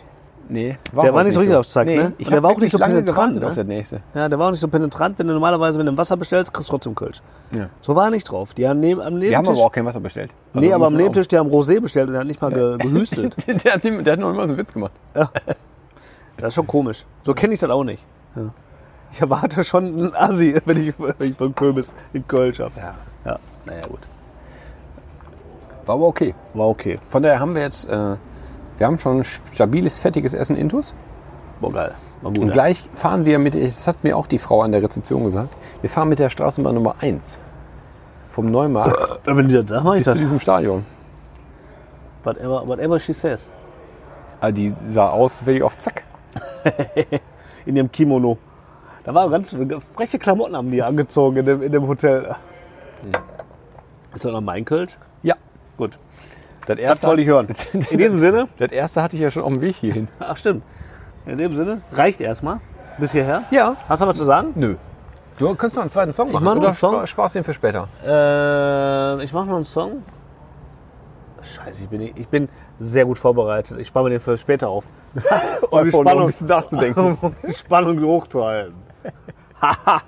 S3: Nee,
S5: Der war
S3: heute
S5: nicht so richtig auf Zack, ne?
S3: Ich
S5: Und der
S3: hab
S5: war auch nicht
S3: wirklich
S5: so
S3: lange
S5: penetrant,
S3: gewartet
S5: ne?
S3: auf der nächste.
S5: Ja, der war auch nicht so penetrant. Wenn du normalerweise mit einem Wasser bestellst, kriegst du trotzdem Kölsch.
S3: Ja.
S5: So war er nicht drauf. Die haben neben, am Nebentisch.
S3: Wir haben aber auch kein Wasser bestellt. Also
S5: nee, aber am
S3: müssen wir
S5: Nebentisch, die haben Rosé bestellt und der hat nicht mal ge gehüstelt.
S3: auch- Der hat, nicht- der hat noch immer so einen Witz gemacht.
S5: Das ist schon komisch. So kenne ich das auch nicht. Ja. Ich erwarte schon einen Assi, wenn ich, wenn ich so einen Kürbis in Kölsch habe. Ja. ja. Naja, gut.
S3: War aber okay.
S5: War okay.
S3: Von daher haben wir jetzt, äh, wir haben schon stabiles, fettiges Essen intus.
S5: Boah, geil. War gut.
S3: Und
S5: ja.
S3: gleich fahren wir mit, das hat mir auch die Frau an der Rezeption gesagt, wir fahren mit der Straßenbahn Nummer 1 vom Neumarkt
S5: Wenn die das sagt, mach ich
S3: bis zu
S5: das.
S3: diesem Stadion.
S5: Whatever, whatever she says.
S3: Ah, die sah aus wie auf Zack.
S5: In ihrem Kimono. Da waren ganz freche Klamotten haben die angezogen in dem, in dem Hotel. Hm. Ist das noch mein Kölsch?
S3: Ja.
S5: Gut.
S3: Das, erste,
S5: Das wollte ich hören. In diesem Sinne.
S3: Das erste hatte ich ja schon auf dem Weg hierhin.
S5: Ach, stimmt. In dem Sinne. Reicht erstmal. Bis hierher.
S3: Ja.
S5: Hast du was zu sagen?
S3: Nö. Du könntest noch einen zweiten Song machen.
S5: mach noch
S3: oder
S5: einen Song. Oh,
S3: spa- sparst den für später.
S5: Äh, ich mache noch einen Song. Scheiße, ich bin, nicht- ich bin sehr gut vorbereitet. Ich spare mir den für später auf. um, die
S3: Einfach nur, um ein
S5: Spannung,
S3: bisschen nachzudenken.
S5: um die Spannung hochzuhalten. Haha,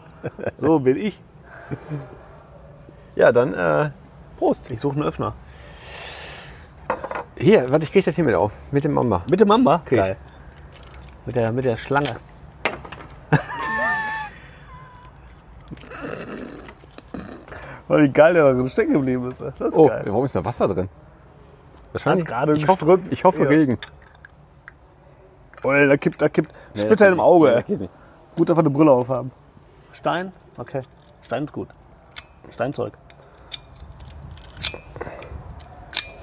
S5: so bin ich.
S3: Ja, dann äh, Prost.
S5: Ich suche einen Öffner.
S3: Hier, warte, ich krieg das hier mit auf. Mit dem Mamba.
S5: Mit dem Mamba?
S3: ich.
S5: Geil. Mit der, mit der Schlange. Weil wie geil der da drin stecken geblieben ist. Das ist
S3: Oh,
S5: geil.
S3: warum ist da Wasser drin? Wahrscheinlich.
S5: Hat gerade
S3: ich hoffe,
S5: geströmt.
S3: ich hoffe
S5: Ja.
S3: Regen.
S5: Oh, da kippt, da kippt. Splitter im Auge. ey.
S3: Geht nicht.
S5: Gut einfach eine Brille aufhaben. Stein? Okay. Stein ist gut. Steinzeug.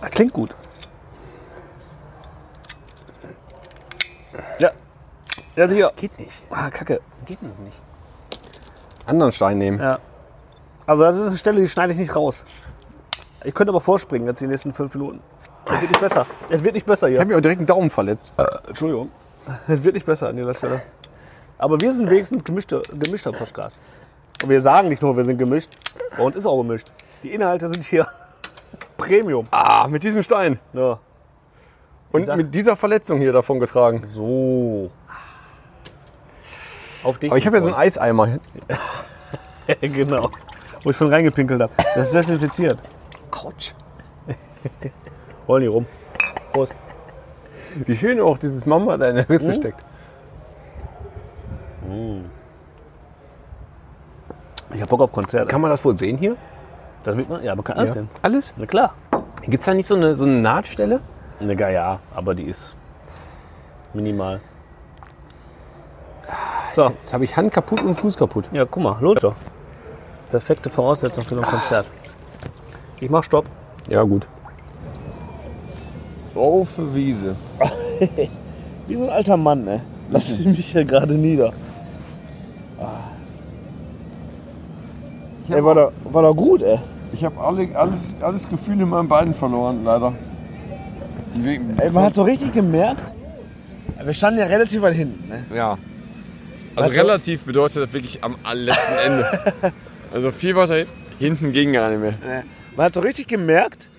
S5: Ah, Klingt gut. Ja. Ja, sicher.
S3: Geht nicht.
S5: Ah, kacke.
S3: Geht noch nicht. Anderen Stein nehmen.
S5: Ja. Also das ist eine Stelle, die schneide ich nicht raus. Ich könnte aber vorspringen jetzt die nächsten fünf Minuten. Es wird nicht besser. Es wird nicht besser
S3: Ich
S5: hier.
S3: habe mir auch direkt einen Daumen verletzt.
S5: Entschuldigung. Es wird nicht besser an dieser Stelle. Aber wir sind wenigstens gemischte, gemischter Podcast. Und wir sagen nicht nur, wir sind gemischt. Bei uns ist auch gemischt. Die Inhalte sind hier Premium.
S3: Ah, mit diesem Stein.
S5: Ja.
S3: Und mit dieser Verletzung hier davon getragen.
S5: So. Auf dich.
S3: Aber ich habe ja so einen Eiseimer.
S5: einen Genau. Wo ich schon reingepinkelt habe. Das ist desinfiziert.
S3: Autsch.
S5: Hol nicht rum. Prost.
S3: Wie schön auch dieses Mamba da in der Ritze steckt.
S5: Ich habe Bock auf Konzerte.
S3: Kann man das wohl sehen hier?
S5: Das wird man, ja, man kann alles sehen.
S3: Alles?
S5: Na klar.
S3: Gibt es da nicht so eine, so eine Nahtstelle?
S5: Ne, ja, ja, aber die ist minimal. So,
S3: Jetzt habe ich Hand kaputt und Fuß kaputt.
S5: ja, guck mal, lohnt doch. Perfekte Voraussetzung für so ein Konzert. Ich mach Stopp.
S3: Ja, gut.
S6: Auf die Wiese.
S5: Wie so ein alter Mann, ne? Lass ich mich hier gerade nieder. Ey, war doch, war doch gut, ey.
S6: Ich habe alle, alles, alles Gefühl in meinen Beinen verloren, leider. Wegen-
S5: ey. Man hat so richtig gemerkt, wir standen ja relativ weit hinten, ne?
S6: Ja. Also relativ bedeutet das wirklich am letzten Ende. Also viel weiter hin- hinten ging gar nicht mehr.
S5: Man hat so richtig gemerkt,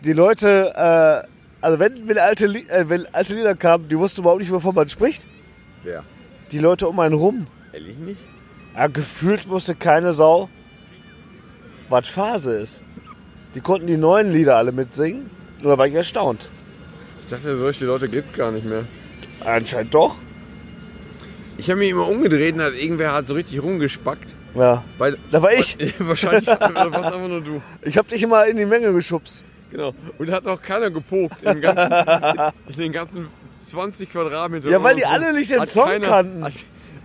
S5: die Leute, äh, also wenn, wenn, alte, Lie- äh, wenn alte Lieder kamen, die wussten überhaupt nicht, wovon man spricht.
S6: Wer?
S5: Die Leute um einen rum.
S6: Ehrlich nicht?
S5: Ja, gefühlt wusste keine Sau, was Phase ist. Die konnten die neuen Lieder alle mitsingen. Und da war ich erstaunt.
S6: Ich dachte, solche Leute gibt's gar nicht mehr.
S5: Anscheinend doch.
S6: Ich habe mich immer umgedreht und hat, irgendwer hat so richtig rumgespackt.
S5: Ja,
S6: Weil,
S5: da war ich.
S6: Wahrscheinlich warst einfach nur du.
S5: Ich hab dich immer in die Menge geschubst.
S6: Genau. Und da hat auch keiner gepokt im ganzen, in den ganzen 20 Quadratmeter.
S5: Ja, weil die
S6: Oder so.
S5: alle nicht den
S6: Hat
S5: Song
S6: keiner-
S5: kannten.
S6: Hat,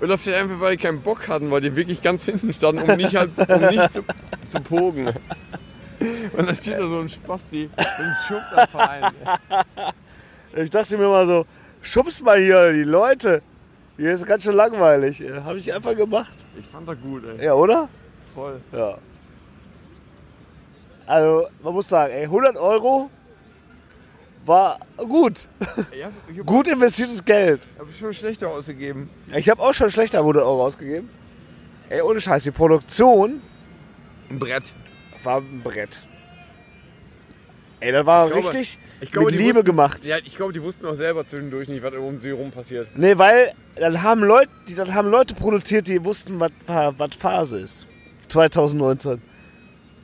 S6: Oder vielleicht einfach, weil die keinen Bock hatten, weil die wirklich ganz hinten standen, um nicht, halt, um nicht zu, zu pogen. Und da steht da so ein Spasti, so ein Schubserverein.
S5: Ich dachte mir mal so, schubst mal hier die Leute. Hier ist ganz schön langweilig. Habe ich einfach gemacht.
S6: Ich fand das gut, ey.
S5: Ja, oder?
S6: Voll.
S5: Ja. Also, man muss sagen, ey, 100 Euro war gut.
S6: Ja, ich hab,
S5: Gut investiertes Geld.
S6: hab schon schlechter ausgegeben.
S5: Ich habe auch schon schlechter 100 Euro ausgegeben. Ey, ohne Scheiß, die Produktion
S6: Ein Brett.
S5: war ein Brett. Ey, das war
S6: Ich glaube-
S5: richtig
S6: Ich glaube,
S5: mit
S6: die
S5: Liebe
S6: wussten,
S5: gemacht.
S6: Ja, ich glaube, die wussten auch selber zwischendurch nicht, was um sie herum passiert.
S5: Nee, weil dann haben Leute, die, dann haben Leute produziert, die wussten, was, was Phase ist. 2019.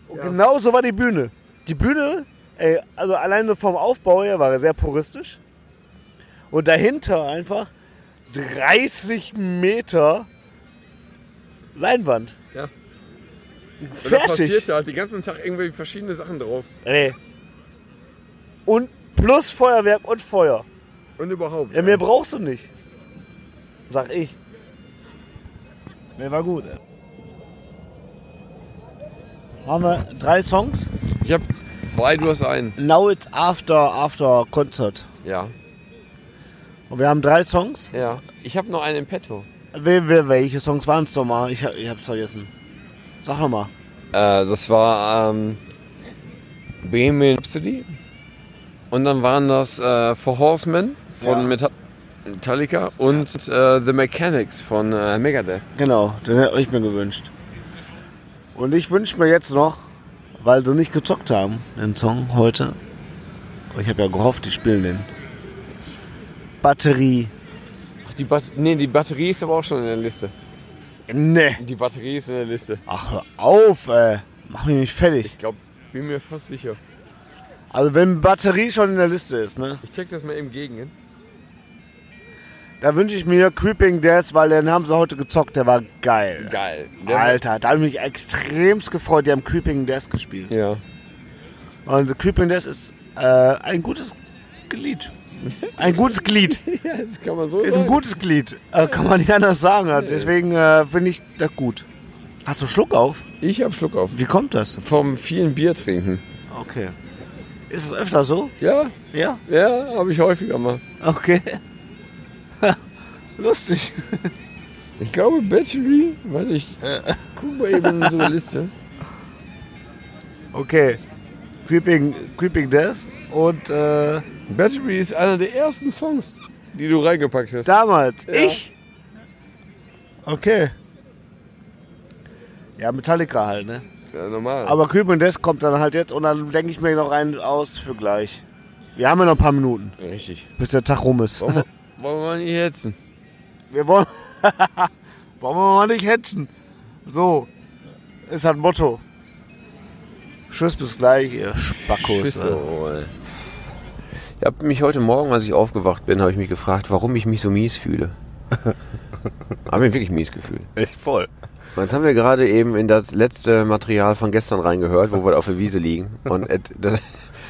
S5: Und genau so war die Bühne. Die Bühne, ey, also alleine vom Aufbau her war er sehr puristisch. Und dahinter einfach 30 Meter Leinwand.
S6: Ja. Und da passiert
S5: Fertig.
S6: halt den ganzen Tag irgendwie verschiedene Sachen drauf.
S5: Ey. Und plus Feuerwerk und Feuer.
S6: Und überhaupt.
S5: Ja, mehr brauchst du nicht. Sag ich. Mir war gut, ey. Haben wir drei Songs?
S6: Ich hab zwei, du hast einen.
S5: Now it's after, after Concert.
S6: Ja,
S5: Und wir haben drei Songs.
S6: ja. Ich hab noch einen im Petto.
S5: Wel- wel- Welche Songs waren es nochmal? Ich, hab- ich hab's vergessen. Sag nochmal.
S6: Äh, das war ähm, Bohemian Rhapsody. Und dann waren das äh, Four Horsemen
S5: Ja.
S6: von Meta- Metallica und äh, The Mechanics von äh, Megadeth.
S5: Genau, den hätte ich mir gewünscht. Und ich wünsche mir jetzt noch, weil sie nicht gezockt haben, den Song heute. Ich habe ja gehofft, die spielen den. Batterie.
S6: Ach, die, Bat nee, die Batterie ist aber auch schon in der Liste.
S5: Nee.
S6: Die Batterie ist in der Liste.
S5: Ach, hör auf, ey. Mach mich nicht fertig.
S6: Ich glaube, bin mir fast sicher.
S5: Also, wenn Batterie schon in der Liste ist, ne?
S6: Ich check das mal eben gegen.
S5: Da wünsche ich mir Creeping Death, weil den haben sie heute gezockt, der war geil.
S6: Geil.
S5: Alter, da habe ich mich extremst gefreut, die haben Creeping Death gespielt.
S6: Ja.
S5: Und Creeping Death ist äh, ein gutes Glied. Ein gutes Glied.
S6: ja, das kann man so
S5: Ist ein
S6: sagen.
S5: gutes Glied. Äh, kann man nicht anders sagen. Deswegen äh, finde ich das gut. Hast du Schluck auf?
S6: Ich hab Schluck auf.
S5: Wie kommt das?
S6: Vom vielen Bier trinken.
S5: Okay. Ist es öfter so?
S6: Ja,
S5: Ja.
S6: ja, habe ich häufiger mal.
S5: Okay. Lustig.
S6: Ich glaube, Battery, warte, ich guck mal eben in so eine Liste.
S5: Okay. Creeping, Creeping Death. Und äh,
S6: Battery ist einer der ersten Songs, die du reingepackt hast.
S5: damals
S6: Ja.
S5: ich. Okay. Ja, Metallica halt, ne?
S6: ja, normal.
S5: Aber Creeping Death kommt dann halt jetzt und dann denke ich mir noch einen aus für gleich. Wir haben ja noch ein paar Minuten,
S6: Richtig.
S5: bis der Tag rum ist.
S6: Wollen wir, wollen wir mal nicht hetzen?
S5: Wir wollen. wollen wir mal nicht hetzen. So. Ist das Motto. Tschüss, bis ggleich, ihr Spackos. ne?
S6: Schüsse,
S5: ey.
S6: oh, ey.
S3: Ich habe mich heute Morgen, als ich aufgewacht bin, habe ich mich gefragt, warum ich mich so mies fühle. habe mich wirklich mies gefühlt.
S5: Echt voll.
S3: Jetzt haben wir gerade eben in das letzte Material von gestern reingehört, wo wir auf der Wiese liegen. Und et, das,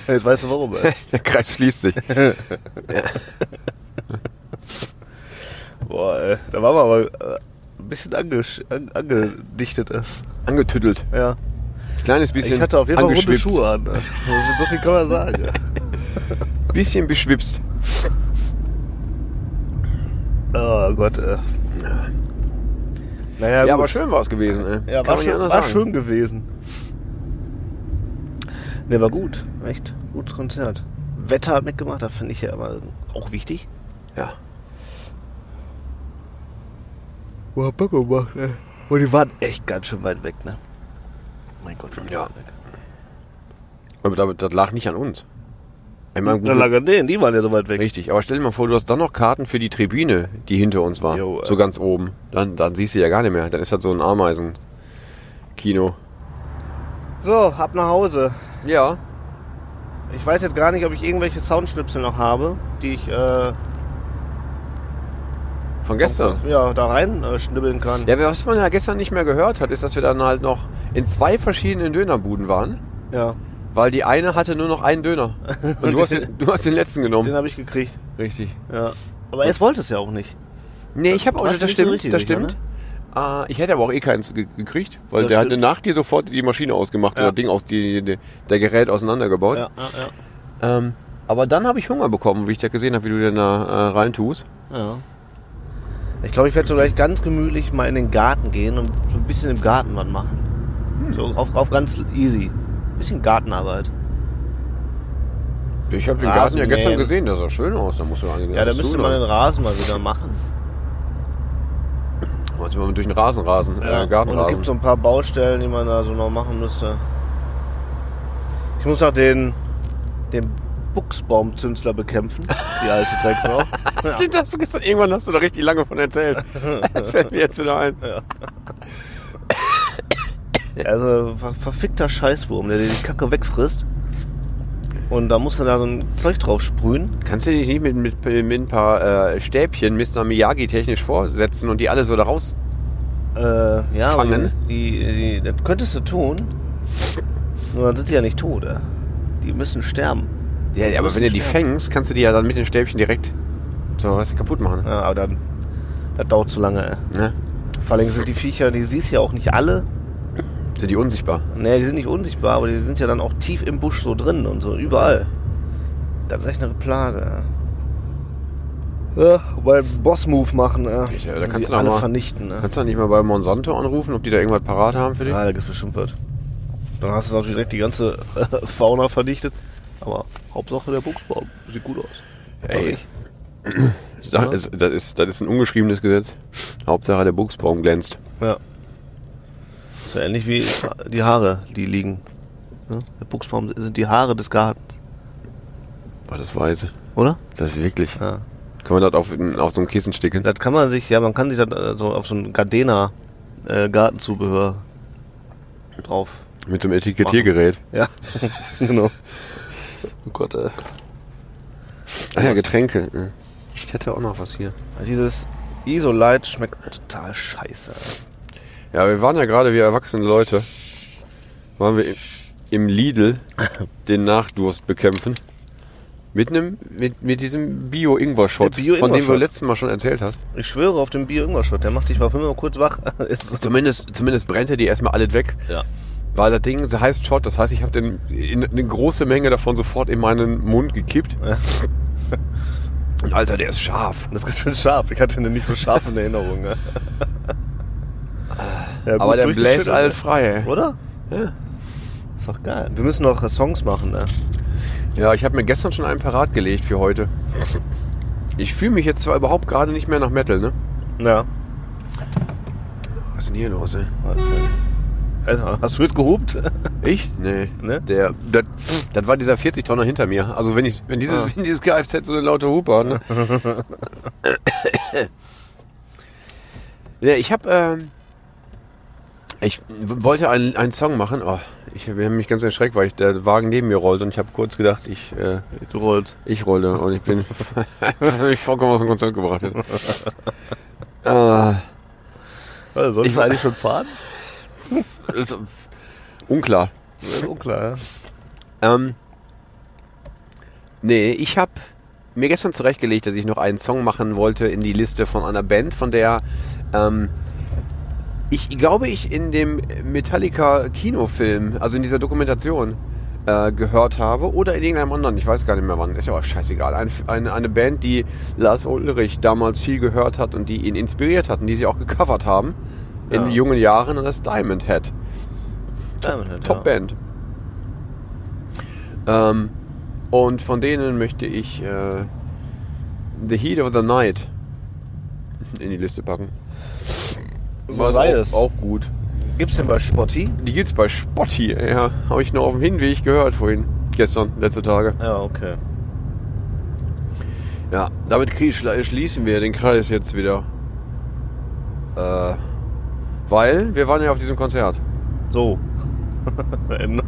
S5: Jetzt weißt du warum, ey.
S3: der Kreis schließt sich.
S5: Boah, ey. Da waren wir aber äh, ein bisschen angesch an angedichtet. ey.
S3: Angetüttelt.
S5: Ja.
S3: Kleines bisschen.
S5: Ich hatte auf jeden Fall runde
S3: angeschwipst.
S5: Schuhe an. ey. So viel kann man sagen. ey.
S3: Bisschen beschwipst.
S5: Oh Gott,
S6: äh,
S5: ey. Naja,
S3: Ja,
S5: gut.
S3: aber schön war es gewesen. Ey.
S5: Ja,
S3: Kann man
S5: war,
S3: nicht
S5: schön,
S3: anders
S5: war
S3: sagen.
S5: schön gewesen. Ne, war gut. Echt. Gutes Konzert. Wetter hat mitgemacht, das finde ich ja aber auch wichtig.
S3: Ja.
S5: Boah, Bock gemacht, ne? Und die waren echt ganz schön weit weg, ne? Mein Gott,
S3: Ja.
S5: weit weg.
S3: Aber das, das lag nicht an uns. Ich meine, gut,
S5: Na, lange, nee, die waren ja so weit weg.
S3: richtig. Aber stell dir mal vor, du hast dann noch Karten für die Tribüne, die hinter uns war.
S5: Jo,
S3: so
S5: äh.
S3: ganz oben. Dann, dann siehst du ja gar nicht mehr. Dann ist das so ein Ameisen-Kino.
S5: So, ab nach Hause.
S3: Ja.
S5: Ich weiß jetzt gar nicht, ob ich irgendwelche Soundschnipsel noch habe, die ich äh,
S3: Von gestern.
S5: ja, da rein äh, schnibbeln kann.
S3: Ja, was man ja gestern nicht mehr gehört hat, ist, dass wir dann halt noch in zwei verschiedenen Dönerbuden waren,
S5: ja.
S3: weil die eine hatte nur noch einen Döner. Und du hast den, du hast den letzten
S5: Den
S3: genommen.
S5: habe ich gekriegt.
S3: Richtig.
S5: Ja. Aber es wollte es ja auch nicht.
S3: Nee, ich habe auch,
S6: warst
S3: das
S6: nicht so
S3: stimmt,
S6: richtig
S3: das
S6: sicher, ne?
S3: stimmt. Äh, ich hätte aber auch eh keins ge gekriegt, weil
S6: Das
S3: der hatte
S6: stimmt.
S3: nach dir sofort die Maschine ausgemacht, oder Ding aus, die, die, der Gerät auseinandergebaut.
S6: Ja, ja, ja.
S3: Ähm, aber dann habe ich Hunger bekommen, wie ich da gesehen habe, wie du den da äh, rein tust.
S6: Ja. Ich glaube, ich werde so gleich ganz gemütlich mal in den Garten gehen und so ein bisschen im Garten was machen.
S3: Hm.
S6: So auf, auf ganz easy. Bisschen Gartenarbeit.
S3: Ich habe den
S6: Rasen
S3: Garten ja gestern
S6: mähen.
S3: gesehen, der sah schön aus. Da musst du eigentlich
S6: Ja, da
S3: alles
S6: müsste
S3: tun,
S6: man den
S3: aber-
S6: Rasen mal wieder machen.
S3: Jetzt mal durch den Rasen rasen,
S6: Ja.
S3: äh,
S6: Und es
S3: Gartenrasen.
S6: gibt so ein paar Baustellen, die man da so noch machen müsste. Ich muss noch den, den Buchsbaumzünsler bekämpfen. Die alte Drecksau. ja.
S3: Stimmt, das vergessen. Irgendwann hast du da richtig lange von erzählt. Das fällt mir jetzt wieder ein.
S6: Also ein ver verfickter Scheißwurm, der dir die Kacke wegfrisst. Und da musst du da so ein Zeug drauf sprühen.
S3: Kannst du dich nicht mit, mit, mit ein paar äh, Stäbchen Mr. Miyagi technisch vorsetzen und die alle so da raus?
S6: Äh, ja, aber
S3: Fangen.
S6: Die, die, die, das könntest du tun. Nur dann sind die ja nicht tot. ja. Die müssen sterben.
S3: Ja, aber wenn du die fängst, kannst du die ja dann mit den Stäbchen direkt so was kaputt machen.
S6: Ja, aber dann, das dauert zu lange. ey.
S3: Ne?
S6: Vor allem sind die Viecher, die siehst ja auch nicht alle.
S3: Sind die unsichtbar?
S6: Ne, die sind nicht unsichtbar, aber die sind ja dann auch tief im Busch so drin und so, überall. Das ist echt eine Plage. ja. Ja, weil Boss-Move machen, ja.
S3: Ja, da
S6: Und
S3: kannst
S6: die
S3: du noch
S6: alle
S3: mal-
S6: vernichten. äh. Ja.
S3: Kannst du dann nicht mal bei Monsanto anrufen, ob die da irgendwas parat haben für dich?
S6: Ja, da gibt's bestimmt was. Dann hast du natürlich direkt die ganze äh, Fauna vernichtet. Aber Hauptsache der Buchsbaum. Sieht gut aus.
S3: Ey. Sag, es- das, ist, das ist ein ungeschriebenes Gesetz. Hauptsache der Buchsbaum glänzt.
S6: Ja. Ist ja ähnlich wie die Haare, die liegen. Ne? Der Buchsbaum sind die Haare des Gartens,
S3: War das weise.
S6: oder?
S3: Das ist wirklich.
S6: Ja.
S3: Kann man das auf, auf so einem Kissen sticken?
S6: Das kann man sich, ja, man kann sich das äh, so auf so ein Gardena äh, Gartenzubehör drauf.
S3: Mit so einem Etikettiergerät.
S6: Ja, genau. Oh Gott, äh.
S3: Ah ja, Getränke. ja. Ich hätte auch noch was hier.
S6: Dieses Isolite schmeckt total scheiße.
S3: Ja, wir waren ja gerade wie erwachsene Leute. Waren wir im- im Lidl den Nachdurst bekämpfen. Mit, einem, mit, mit diesem Bio-Ingwer-Shot,
S6: Der Bio-Ingwer-Shot.
S3: von dem du letztes Mal schon erzählt hast.
S6: Ich schwöre auf den Bier-Ingwer-Shot, der macht dich mal fünf Mal kurz wach. Ist so-
S3: Zumindest, zumindest brennt er die erstmal alle weg.
S6: Ja.
S3: Weil das Ding so heißt Shot, das heißt, ich habe eine große Menge davon sofort in meinen Mund gekippt. Und Alter, der ist scharf.
S6: Das ist ganz schön scharf. Ich hatte eine nicht so scharfe Erinnerung. Ne? Ja, gut
S3: Aber der
S6: durchgeschüttelt,
S3: bläst alles frei.
S6: ne?
S3: Ey.
S6: Oder?
S3: Ja.
S6: Ist doch geil. Wir müssen noch äh, Songs machen, ne?
S3: Ja, ich habe mir gestern schon einen parat gelegt für heute. Ich fühle mich jetzt zwar überhaupt gerade nicht mehr nach Metal, ne?
S6: Ja.
S3: Was ist denn hier los, ey?
S6: Also, also, hast du jetzt gehupt?
S3: Ich? Nee.
S6: Ne?
S3: Der, das, das war dieser 40-Tonner hinter mir. Also wenn, ich, wenn, dieses, wenn dieses Kfz so eine laute Hupe hat. Ne? ja, ich habe... Ähm, ich w- wollte einen, einen Song machen. Oh, ich habe mich ganz erschreckt, weil ich, der Wagen neben mir rollte und ich habe kurz gedacht, ich, äh,
S6: Du rollst.
S3: ich rolle und ich bin mich vollkommen aus dem Konzert gebracht. Jetzt. Ah,
S6: Also, solltest
S3: Ich-
S6: du eigentlich schon fahren?
S3: also, unklar.
S6: Das ist unklar, ja.
S3: Ähm, nee, ich habe mir gestern zurechtgelegt, dass ich noch einen Song machen wollte in die Liste von einer Band, von der ähm, ich glaube, ich in dem Metallica-Kinofilm, also in dieser Dokumentation, äh, gehört habe oder in irgendeinem anderen, ich weiß gar nicht mehr wann, ist ja auch scheißegal. Ein, eine, eine Band, die Lars Ulrich damals viel gehört hat und die ihn inspiriert hat und die sie auch gecovert haben in
S6: Ja.
S3: jungen Jahren und das ist Diamond Head.
S6: Diamond,
S3: Top-Band. Ähm, und von denen möchte ich äh, The Heat of the Night in die Liste packen.
S6: So
S3: War
S6: sei
S3: auch,
S6: es.
S3: Auch gut.
S6: Gibt's denn bei Spotty?
S3: Die gibt's bei Spotty, ja. Habe ich nur auf dem Hinweg gehört vorhin. Gestern, letzte Tage.
S6: Ja, okay.
S3: Ja, damit krieg- schla- schließen wir den Kreis jetzt wieder. Äh, weil wir waren ja auf diesem Konzert.
S6: So. Ähm,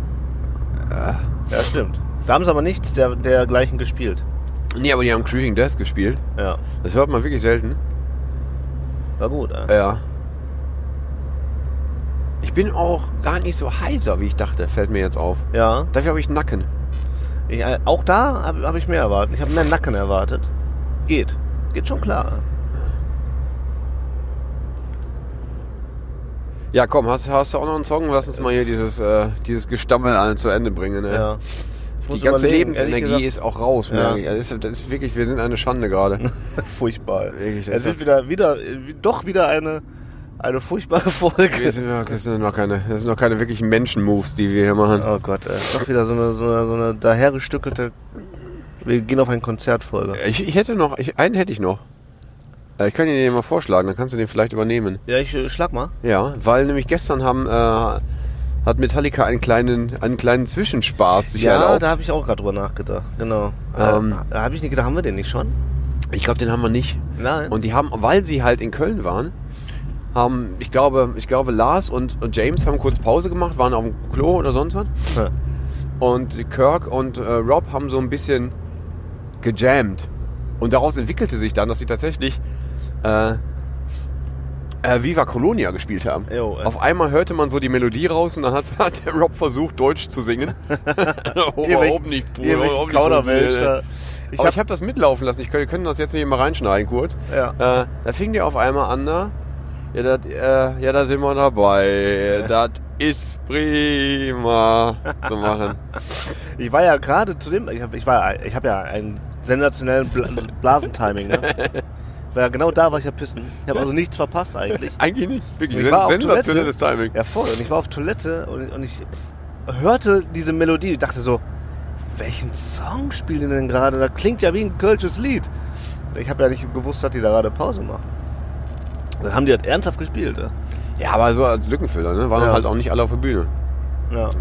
S6: ja, stimmt. Da haben sie aber nichts der, dergleichen gespielt.
S3: Nee, aber die haben Creeping Death gespielt.
S6: Ja.
S3: Das hört man wirklich selten.
S6: War gut, äh. ey.
S3: Ja. Ich bin auch gar nicht so heiser, wie ich dachte, fällt mir jetzt auf.
S6: Ja.
S3: Dafür habe ich Nacken.
S6: Ich, äh, auch da habe hab ich mehr erwartet. Ich habe mehr Nacken erwartet. Geht. Geht schon klar.
S3: Ja, komm, hast, hast du auch noch einen Song? Lass uns mal hier dieses, äh, dieses Gestammel allen zu Ende bringen. Ne?
S6: Ja.
S3: Die
S6: muss
S3: ganze
S6: überlegen, ehrlich
S3: Lebensenergie
S6: gesagt-
S3: ist auch raus.
S6: Ja.
S3: merke ich. Also, Das, ist, das ist wirklich, wir sind eine Schande gerade.
S6: Furchtbar.
S3: Wirklich, das
S6: es wird
S3: ist-
S6: wieder, wieder, äh, doch wieder eine, eine furchtbare Folge.
S3: Wir sind noch- Das sind noch keine, das sind noch keine wirklichen Menschen-Moves, die wir hier machen.
S6: Oh Gott, ey. doch wieder so eine, so eine, so eine dahergestückelte. Wir gehen auf ein Konzertfolge.
S3: Ich, ich hätte noch, ich, einen hätte ich noch. Äh, Ich kann dir den mal vorschlagen, dann kannst du den vielleicht übernehmen.
S6: Ja, ich äh, schlag mal.
S3: Ja, weil nämlich gestern haben, äh, hat Metallica einen kleinen, einen kleinen Zwischenspaß sich
S6: ja,
S3: erlaubt.
S6: da habe ich auch gerade drüber nachgedacht. Genau.
S3: Ähm.
S6: Ähm, habe ich nicht gedacht, haben wir den nicht schon?
S3: Ich glaube, den haben wir nicht.
S6: Nein.
S3: Und die haben, weil sie halt in Köln waren, haben, ich glaube, ich glaube Lars und, und James haben kurz Pause gemacht, waren auf dem Klo oder sonst was.
S6: Ja.
S3: Und Kirk und äh, Rob haben so ein bisschen gejammt. Und daraus entwickelte sich dann, dass sie tatsächlich äh, äh, Viva Colonia gespielt haben.
S6: Jo, äh.
S3: Auf einmal hörte man so die Melodie raus und dann hat, hat der Rob versucht, Deutsch zu singen. oh, überhaupt nicht, Bruder,
S6: Ewig
S3: überhaupt nicht
S6: Kauderwelsch
S3: funktioniert, ey.
S6: da.
S3: Ich habe hab das mitlaufen lassen. Ich, wir können das jetzt hier mal reinschneiden kurz.
S6: Ja.
S3: Äh, da fing die auf einmal an, ne? Ja, dat, äh, ja, da sind wir dabei. Das ist prima zu machen.
S6: äh, Ich war ja gerade zu dem, ich habe ich war- ich hab ja einen sensationellen Bla Blasentiming. Ne? Ich war ja genau da, war ich ja pissen. Ich habe also nichts verpasst eigentlich.
S3: Eigentlich nicht. Wirklich,
S6: Ich war auf
S3: sensationelles Timing.
S6: Ja, voll. Und ich war auf Toilette und, und ich hörte diese Melodie. Ich dachte so, welchen Song spielen die denn gerade? Das klingt ja wie ein kölsches Lied. Ich habe ja nicht gewusst, dass die da gerade Pause machen. Dann haben die das ernsthaft gespielt. Ne?
S3: Ja, aber so als Lückenfüller, ne? Waren
S6: Ja.
S3: halt auch nicht alle auf der Bühne.
S6: Ja.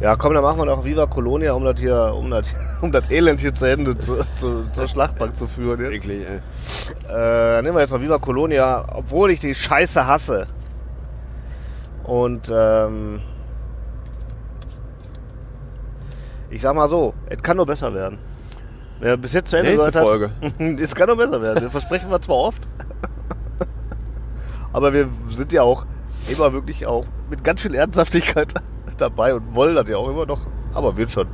S6: ja, komm, dann machen wir noch Viva Colonia, um das hier, um das, um das Elend hier zu Ende zu, zu, zur Schlachtbank zu führen. Jetzt.
S3: Eklig, ey.
S6: Äh, nehmen wir jetzt noch Viva Colonia, obwohl ich die Scheiße hasse. Und ähm, ich sag mal so, es kann nur besser werden. Wer bis jetzt zu Ende
S3: Nächste
S6: gehört
S3: Folge.
S6: hat, es kann nur besser werden. Das versprechen wir zwar oft, aber wir sind ja auch immer wirklich auch mit ganz viel Ernsthaftigkeit dabei und wollen das ja auch immer noch. Aber wird schon,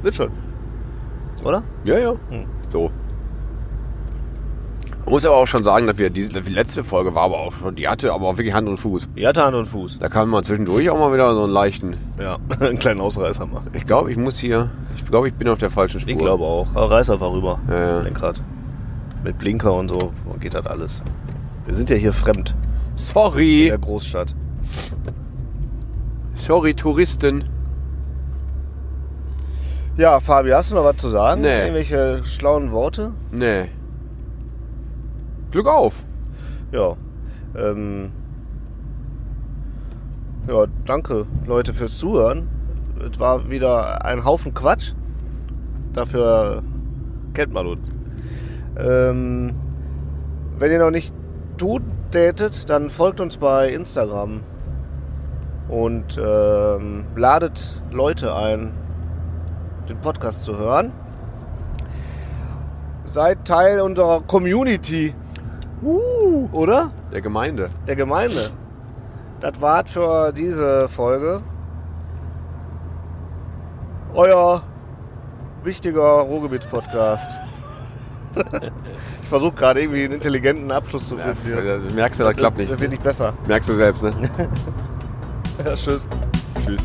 S6: wird schon, oder?
S3: Ja, ja.
S6: Hm.
S3: So. Muss aber auch schon sagen, dass wir die, die letzte Folge war aber auch schon, die hatte aber auch wirklich Hand und Fuß.
S6: Ja, Hand und Fuß.
S3: Da kann man zwischendurch auch mal wieder so einen leichten.
S6: Ja, einen kleinen Ausreißer machen.
S3: Ich glaube, ich muss hier. Ich glaube, ich bin auf der falschen Spur.
S6: Ich glaube auch. Aber reiß einfach rüber.
S3: Ja, ja.
S6: Lenkrad. Mit Blinker und so geht das alles. Wir sind ja hier fremd in
S3: Sorry.
S6: der Großstadt.
S3: Sorry, Touristen.
S6: Ja, Fabi, hast du noch was zu sagen?
S3: Nee.
S6: Irgendwelche schlauen Worte?
S3: Nee. Glück auf.
S6: Ja. Ähm, ja, danke Leute fürs Zuhören. Es war wieder ein Haufen Quatsch. Dafür kennt man uns. Ähm, wenn ihr noch nicht tut, tätet, dann folgt uns bei Instagram und ähm, ladet Leute ein, den Podcast zu hören. Seid Teil unserer Community. Uh, oder?
S3: Der Gemeinde.
S6: der Gemeinde. Das war's für diese Folge. Euer wichtiger Ruhrgebiet-Podcast. ich versuche gerade irgendwie einen intelligenten Abschluss zu finden. hier.
S3: Ja, Merkst du, das klappt nicht.
S6: Das wird nicht besser.
S3: Merkst du selbst, ne?
S6: Tschüss.
S3: Tschüss.